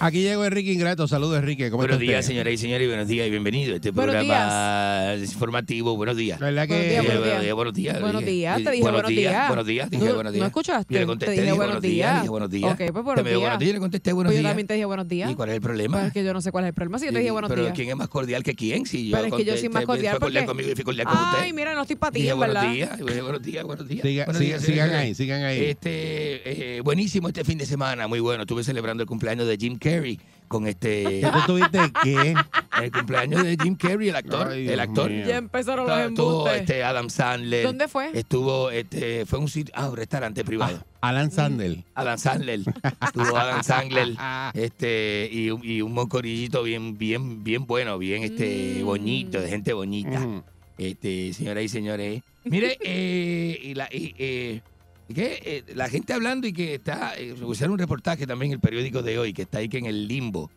Aquí llegó Enrique Ingrato. Saludos, Enrique. ¿Cómo
Buenos
está
días,
usted?
señoras y señores. Buenos días y bienvenidos a este
Buenos
programa informativo. Buenos días.
La verdad que
Buenos días,
Eh,
buenos días.
Buenos días.
Buenos
dije.
días, te dije buenos días.
Buenos días, dije
¿No-
buenos
no
días.
escuchaste?
Yo le contesté,
Te dije
dije
buenos
buenos días.
días.
Dije buenos días.
Ok, pues, buenos
Usted me dijo
días.
buenos días, yo le contesté buenos
Pues yo
días.
también te dije buenos días.
¿Y cuál es el
Pues
problema?
es que yo no sé cuál es el problema, si yo te
Y-
dije buenos
pero
días.
¿quién es más cordial que quién? Si yo
Pero es que yo soy más
contesté,
cordial
fue
porque...
conmigo y fui cordial con usted.
Ay, mira, no estoy para ti,
Dije
en
buenos
verdad.
días, dije buenos días, buenos días.
Siga-
Buenos
siga-
días,
sigan
señores.
ahí, sigan ahí.
Este, eh, buenísimo este fin de semana, muy bueno. Estuve celebrando el cumpleaños de Jim Carrey con este...
¿Qué tú tuviste qué?
el cumpleaños de Jim Carrey, el actor,
Ay, Dios
el actor.
mío.
Ya empezaron los
Estaba- Estuvo
embustes.
este, Adam Sandler.
¿Dónde fue?
Estuvo, este, fue un sitio, ah, un restaurante privado.
Alan Sandel.
Adam Sandler. Estuvo Adam Sandler. Este, y, un- y un mocorillito bien, bien, bien bueno, bien este,
Mm.
bonito, de gente bonita.
Ujú.
Este, señoras y señores. Mire, eh, y la, y, eh, ¿qué? Eh, la gente hablando y que está. eh, Revisaron un reportaje también en el periódico de hoy, que está ahí que en el limbo.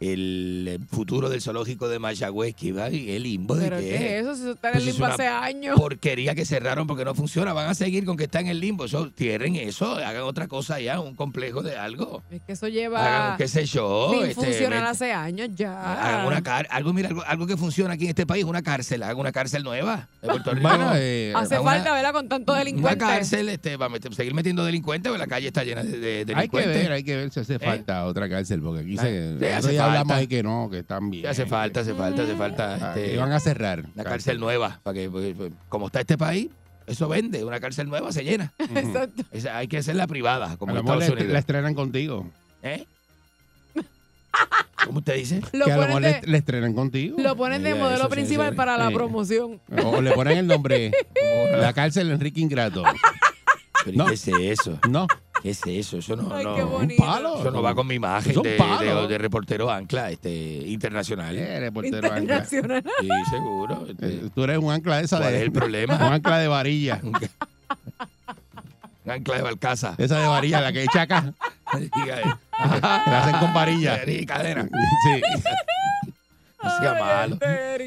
El eh, futuro del zoológico de Mayagüez, que va y el limbo de
¿Pero qué es eso? Si eso está en el
Pues es
limbo
una
hace años.
porquería que cerraron porque no funciona. Van a seguir con que está en el limbo. Eso, cierren eso, hagan otra cosa ya, un complejo de algo.
Es que eso
Hagan,
lleva
qué sé yo.
sin
este,
funcionar
ven-
hace años ya.
hagan
Ah.
una car- algo, mira, algo, algo que funciona aquí en este país, una cárcel. Hagan una cárcel nueva de Puerto Rico.
Ah, Bueno, eh,
Hace
una-
falta, ¿verdad? Con tanto
Una
delincuente.
cárcel este, para meter- seguir metiendo delincuentes, porque la calle está llena de, de- de
hay que
delincuentes.
ver, hay que ver si hace falta otra cárcel, porque aquí se,
Sí, Eh. hace
nosotros ya hablamos
falta.
ahí que no, que están bien.
Hace falta, hace falta, hace falta.
Ah,
este,
que van a cerrar.
una cárcel nueva, para que, porque- porque como está este país, eso vende. Una cárcel nueva se llena.
Exacto.
Esa- hay que hacerla privada, como
A
en
lo mejor
Estados
la, est-
Unidos.
la estrenan contigo.
¿Eh? Ah, ¿Cómo usted dice?
Lo
que a lo mejor
ponen
la
de,
est- la estrenan contigo.
lo ponen de
Mira,
modelo
eso sí,
principal
sí.
para la
Sí.
promoción.
O le ponen el nombre. la cárcel Enrique Ingrato.
Pero ¿y
No.
¿Qué es eso?
No,
¿Qué es eso? Eso no,
Ay,
no-
qué
un
bonito.
palo.
eso no va con mi imagen
Es un
de,
palo.
de- de reportero ancla este, internacional.
Eh, reportero ancla.
Internacional.
Sí, seguro. este,
Eh, Tú eres un ancla de esa
¿Cuál
de.
es el problema?
Un ancla de varilla.
un ancla de Balcaza.
Esa de varilla, la que echa acá.
Diga, eh,
Que la hacen con varilla.
cadera y cadera.
Sí.
No sea malo.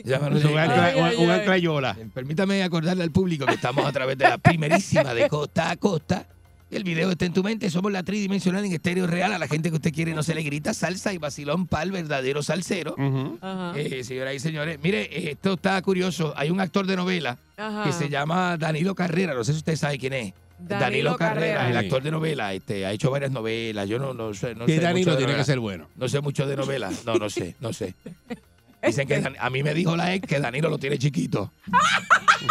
Ya me lo
Es un
digo.
ancla-
Ay,
un-
ay,
un
ay.
anclayola.
Eh, Permítame acordarle al público que estamos a través de la primerísima de costa a costa. El video está en tu mente, somos la tridimensional en estéreo real. A la gente que usted quiere no se le grita salsa y vacilón pal verdadero salsero.
Ujú.
Ajá.
Eh, señoras y señores, mire, eh, esto está curioso. Hay un actor de novela
Ajá.
que se llama Danilo Carrera, no sé si usted sabe quién es. Danilo Carrera, el actor de novela, este, ha hecho varias novelas. Yo no, no sé. No
Sí,
sé
Danilo
mucho de
tiene que
novelas.
ser bueno.
No sé mucho de novelas. No, no sé, no sé. Dicen que Dan- a mí me dijo la ex que Danilo lo tiene chiquito.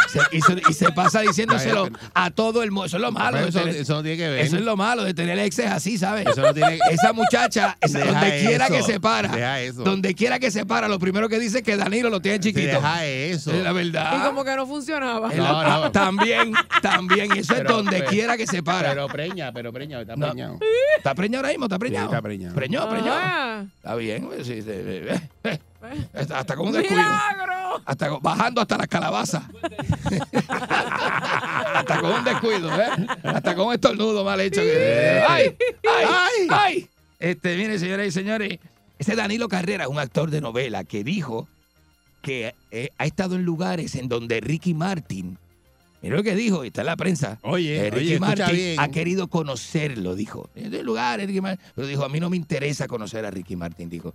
Se- y, se, y se pasa diciéndoselo a todo el mundo. Eso es lo malo.
Pero
de
eso-
tener-
eso no tiene que ver.
Eso es lo malo de tener exes así, ¿sabes?
Eso no tiene-
Esa muchacha, esa-
Deja
donde quiera
eso,
que se para,
deja eso.
donde quiera que se para, lo primero que dice es que Danilo lo tiene chiquito.
deja eso.
Es la verdad.
Y como que no funcionaba.
Es la- También, también. y Eso
Pero,
es donde
pero-
quiera que se para.
Pero preña, pero preña, está
No.
preñado.
¿Está preñado ahora mismo? ¿Está preñado?
está preñado.
Preñó, preñó.
Ah.
Está bien. pues, sí, sí, eh, eh, eh. Hasta hasta con un descuido.
¡Milagro!
Hasta, con- bajando hasta las calabazas. hasta con un descuido, ¿eh? Hasta con un estornudo mal hecho. que- ¡Ay! ¡Ay! ¡Ay! Este, miren, señoras y señores, ese Danilo Carrera es un actor de novela que dijo que eh, ha estado en lugares en donde Ricky Martin, mira lo que dijo, y está en la prensa.
Oye,
Eh, Ricky
oye, escucha
Martin
bien.
ha querido conocerlo, dijo. De lugares, Ricky Martin. Pero dijo, a mí no me interesa conocer a Ricky Martin, dijo.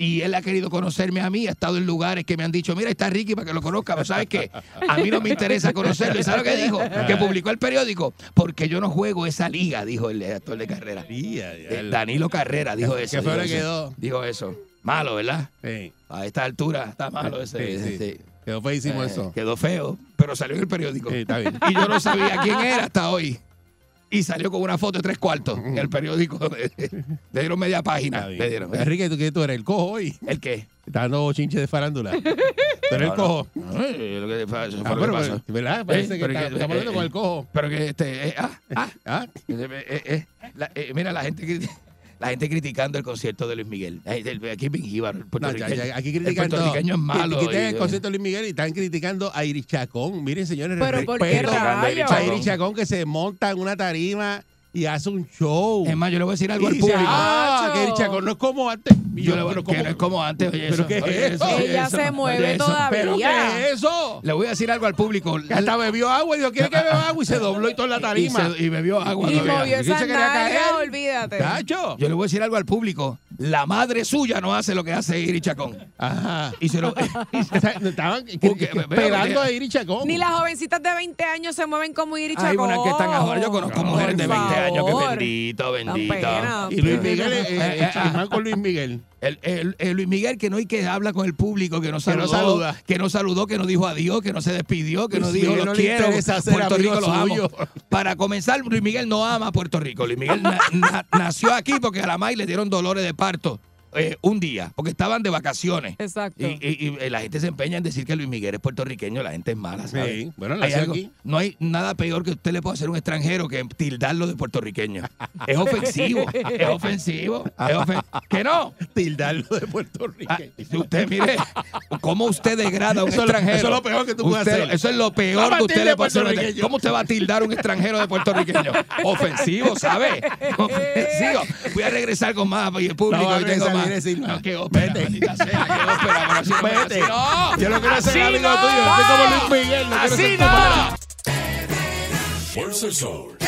Y él ha querido conocerme a mí, ha estado en lugares que me han dicho, mira, está Ricky para que lo conozca, pero ¿sabes qué? A mí no me interesa conocerlo. ¿Y sabes lo que dijo? Que publicó el periódico, porque yo no juego esa liga, dijo el actor de carrera. Eh, Danilo Carrera dijo
¿Qué
eso.
fue
dijo
lo que
eso.
quedó?
Dijo eso. Malo, ¿verdad?
Sí.
A esta altura está malo ese.
Sí, sí.
ese-
Quedó feísimo
eh,
eso.
Quedó feo, pero salió en el periódico.
Sí, está bien.
Y yo no sabía quién era hasta hoy. Y salió con una foto de tres cuartos en el periódico. Le dieron media página.
Está bien.
Le dieron.
Enrique, ¿tú, qué tú eres? ¿El cojo hoy?
¿El qué?
Está dando chinche de farándula. Tú eres
No,
el
no.
cojo.
No, eh, lo que pasa- eso fue
Ah,
lo que
pero,
pasó.
pero, ¿Verdad? Parece
Eh,
que
pero
está-
que-
estamos hablando
eh,
con el cojo.
Pero que este. eh, ah, ah,
¿Ah?
eh, eh, eh, la- eh, mira, la gente, cri- la gente criticando el concierto de Luis Miguel. Ay, del- Aquí en Benjíbar, el
No, ya,
puertorriqueño.
ya, aquí
el
critican todo.
puertorriqueño es malo.
Critican el
y-
concierto de Luis Miguel y están criticando a Iris Chacón. Miren, señores,
Pero ¿por qué
respeto
rayos?
a Iris Chacón que se monta en una tarima y hace un show.
Es más, yo le voy a decir
Y
algo al
dice,
público.
ah,
Macho.
que Iris Chacón no es como antes. Y
Yo le voy
pero
que
¿cómo?
no es como antes. Oye,
¿Pero
eso,
qué es
oye,
eso?
oye,
Ella
eso,
se
oye,
mueve
eso.
¿Pero
todavía.
qué es eso?
Le voy a decir algo al público.
Que hasta bebió agua y dijo, ¿quiere que beba agua? Y se dobló y toda la
Y,
tarima.
se- y bebió agua.
Y
todavía.
movió
¿Quién
esa
se quería
nalga,
caer?
olvídate.
¡Cacho!
Yo le voy a decir algo al público. La madre suya no hace lo que hace Iri Chacón.
Ajá.
Y se lo.
O sea, estaban que- que-
Porque- eh,
que-
ve- ve-
esperando
ve-
a Iris Chacón.
Ni las jovencitas de 20 años se mueven como Iris
Hay
Chacón.
unas que están ahora. Yo conozco
Por
mujeres de 20 años que
favor.
bendito,
pena. ah.
bendito.
Y Luis
Pero-
Miguel, eh, eh,
Eh, eh,
chismán con Luis Miguel.
El, el- el Luis Miguel que no y que habla con el público, que no
Que no
saludó,
saluda.
que no saludó, que no dijo adiós, que no se despidió, que no
Luis
dijo
Miguel
los
no le
quiero,
interesa hacer
Puerto
amigo
Rico los amo.
suyo.
Para comenzar, Luis Miguel no ama a Puerto Rico. Luis Miguel na- na- nació aquí porque a la May le dieron dolores de parto eh, un día, porque estaban de vacaciones.
Exacto.
Y, y- y la gente se empeña en decir que Luis Miguel es puertorriqueño, la gente es mala, ¿sabes?
Sí, bueno,
hay
nació
algo,
aquí.
no hay nada peor que usted le pueda hacer a un extranjero que tildarlo de puertorriqueño. Es ofensivo, es ofensivo, es ofen- ¿Que no?
Tildarlo de Puerto Rico.
Ah, si usted mire cómo usted degrada a un
Eso es lo-
extranjero.
eso es lo peor que tú puedes
Usted-
hacer.
Eso es lo
Vamos
peor
a
que usted
tilde
le puede hacer. a un
puertorriqueño.
extranjero. ¿Cómo usted va a tildar a un extranjero de puertorriqueño? Ofensivo, ¿sabe? Ofensivo. Voy a regresar con más y el público
No va a
hoy tengo
regresar,
más.
viene sin más.
No, Ah, qué ópera,
Vete.
maldita sea, qué ópera, pero así no me-
Vete.
así no.
Yo no quiero ser
Así
amigo
no.
tuyo, estoy como Luis Miguel, no quiero ser
Así
tu
no.
pana.
Fuerza el sol.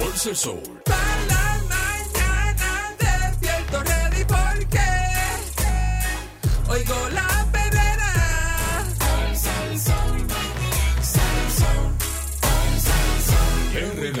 Fuerza el sol.
Oigo la perrera.
RK.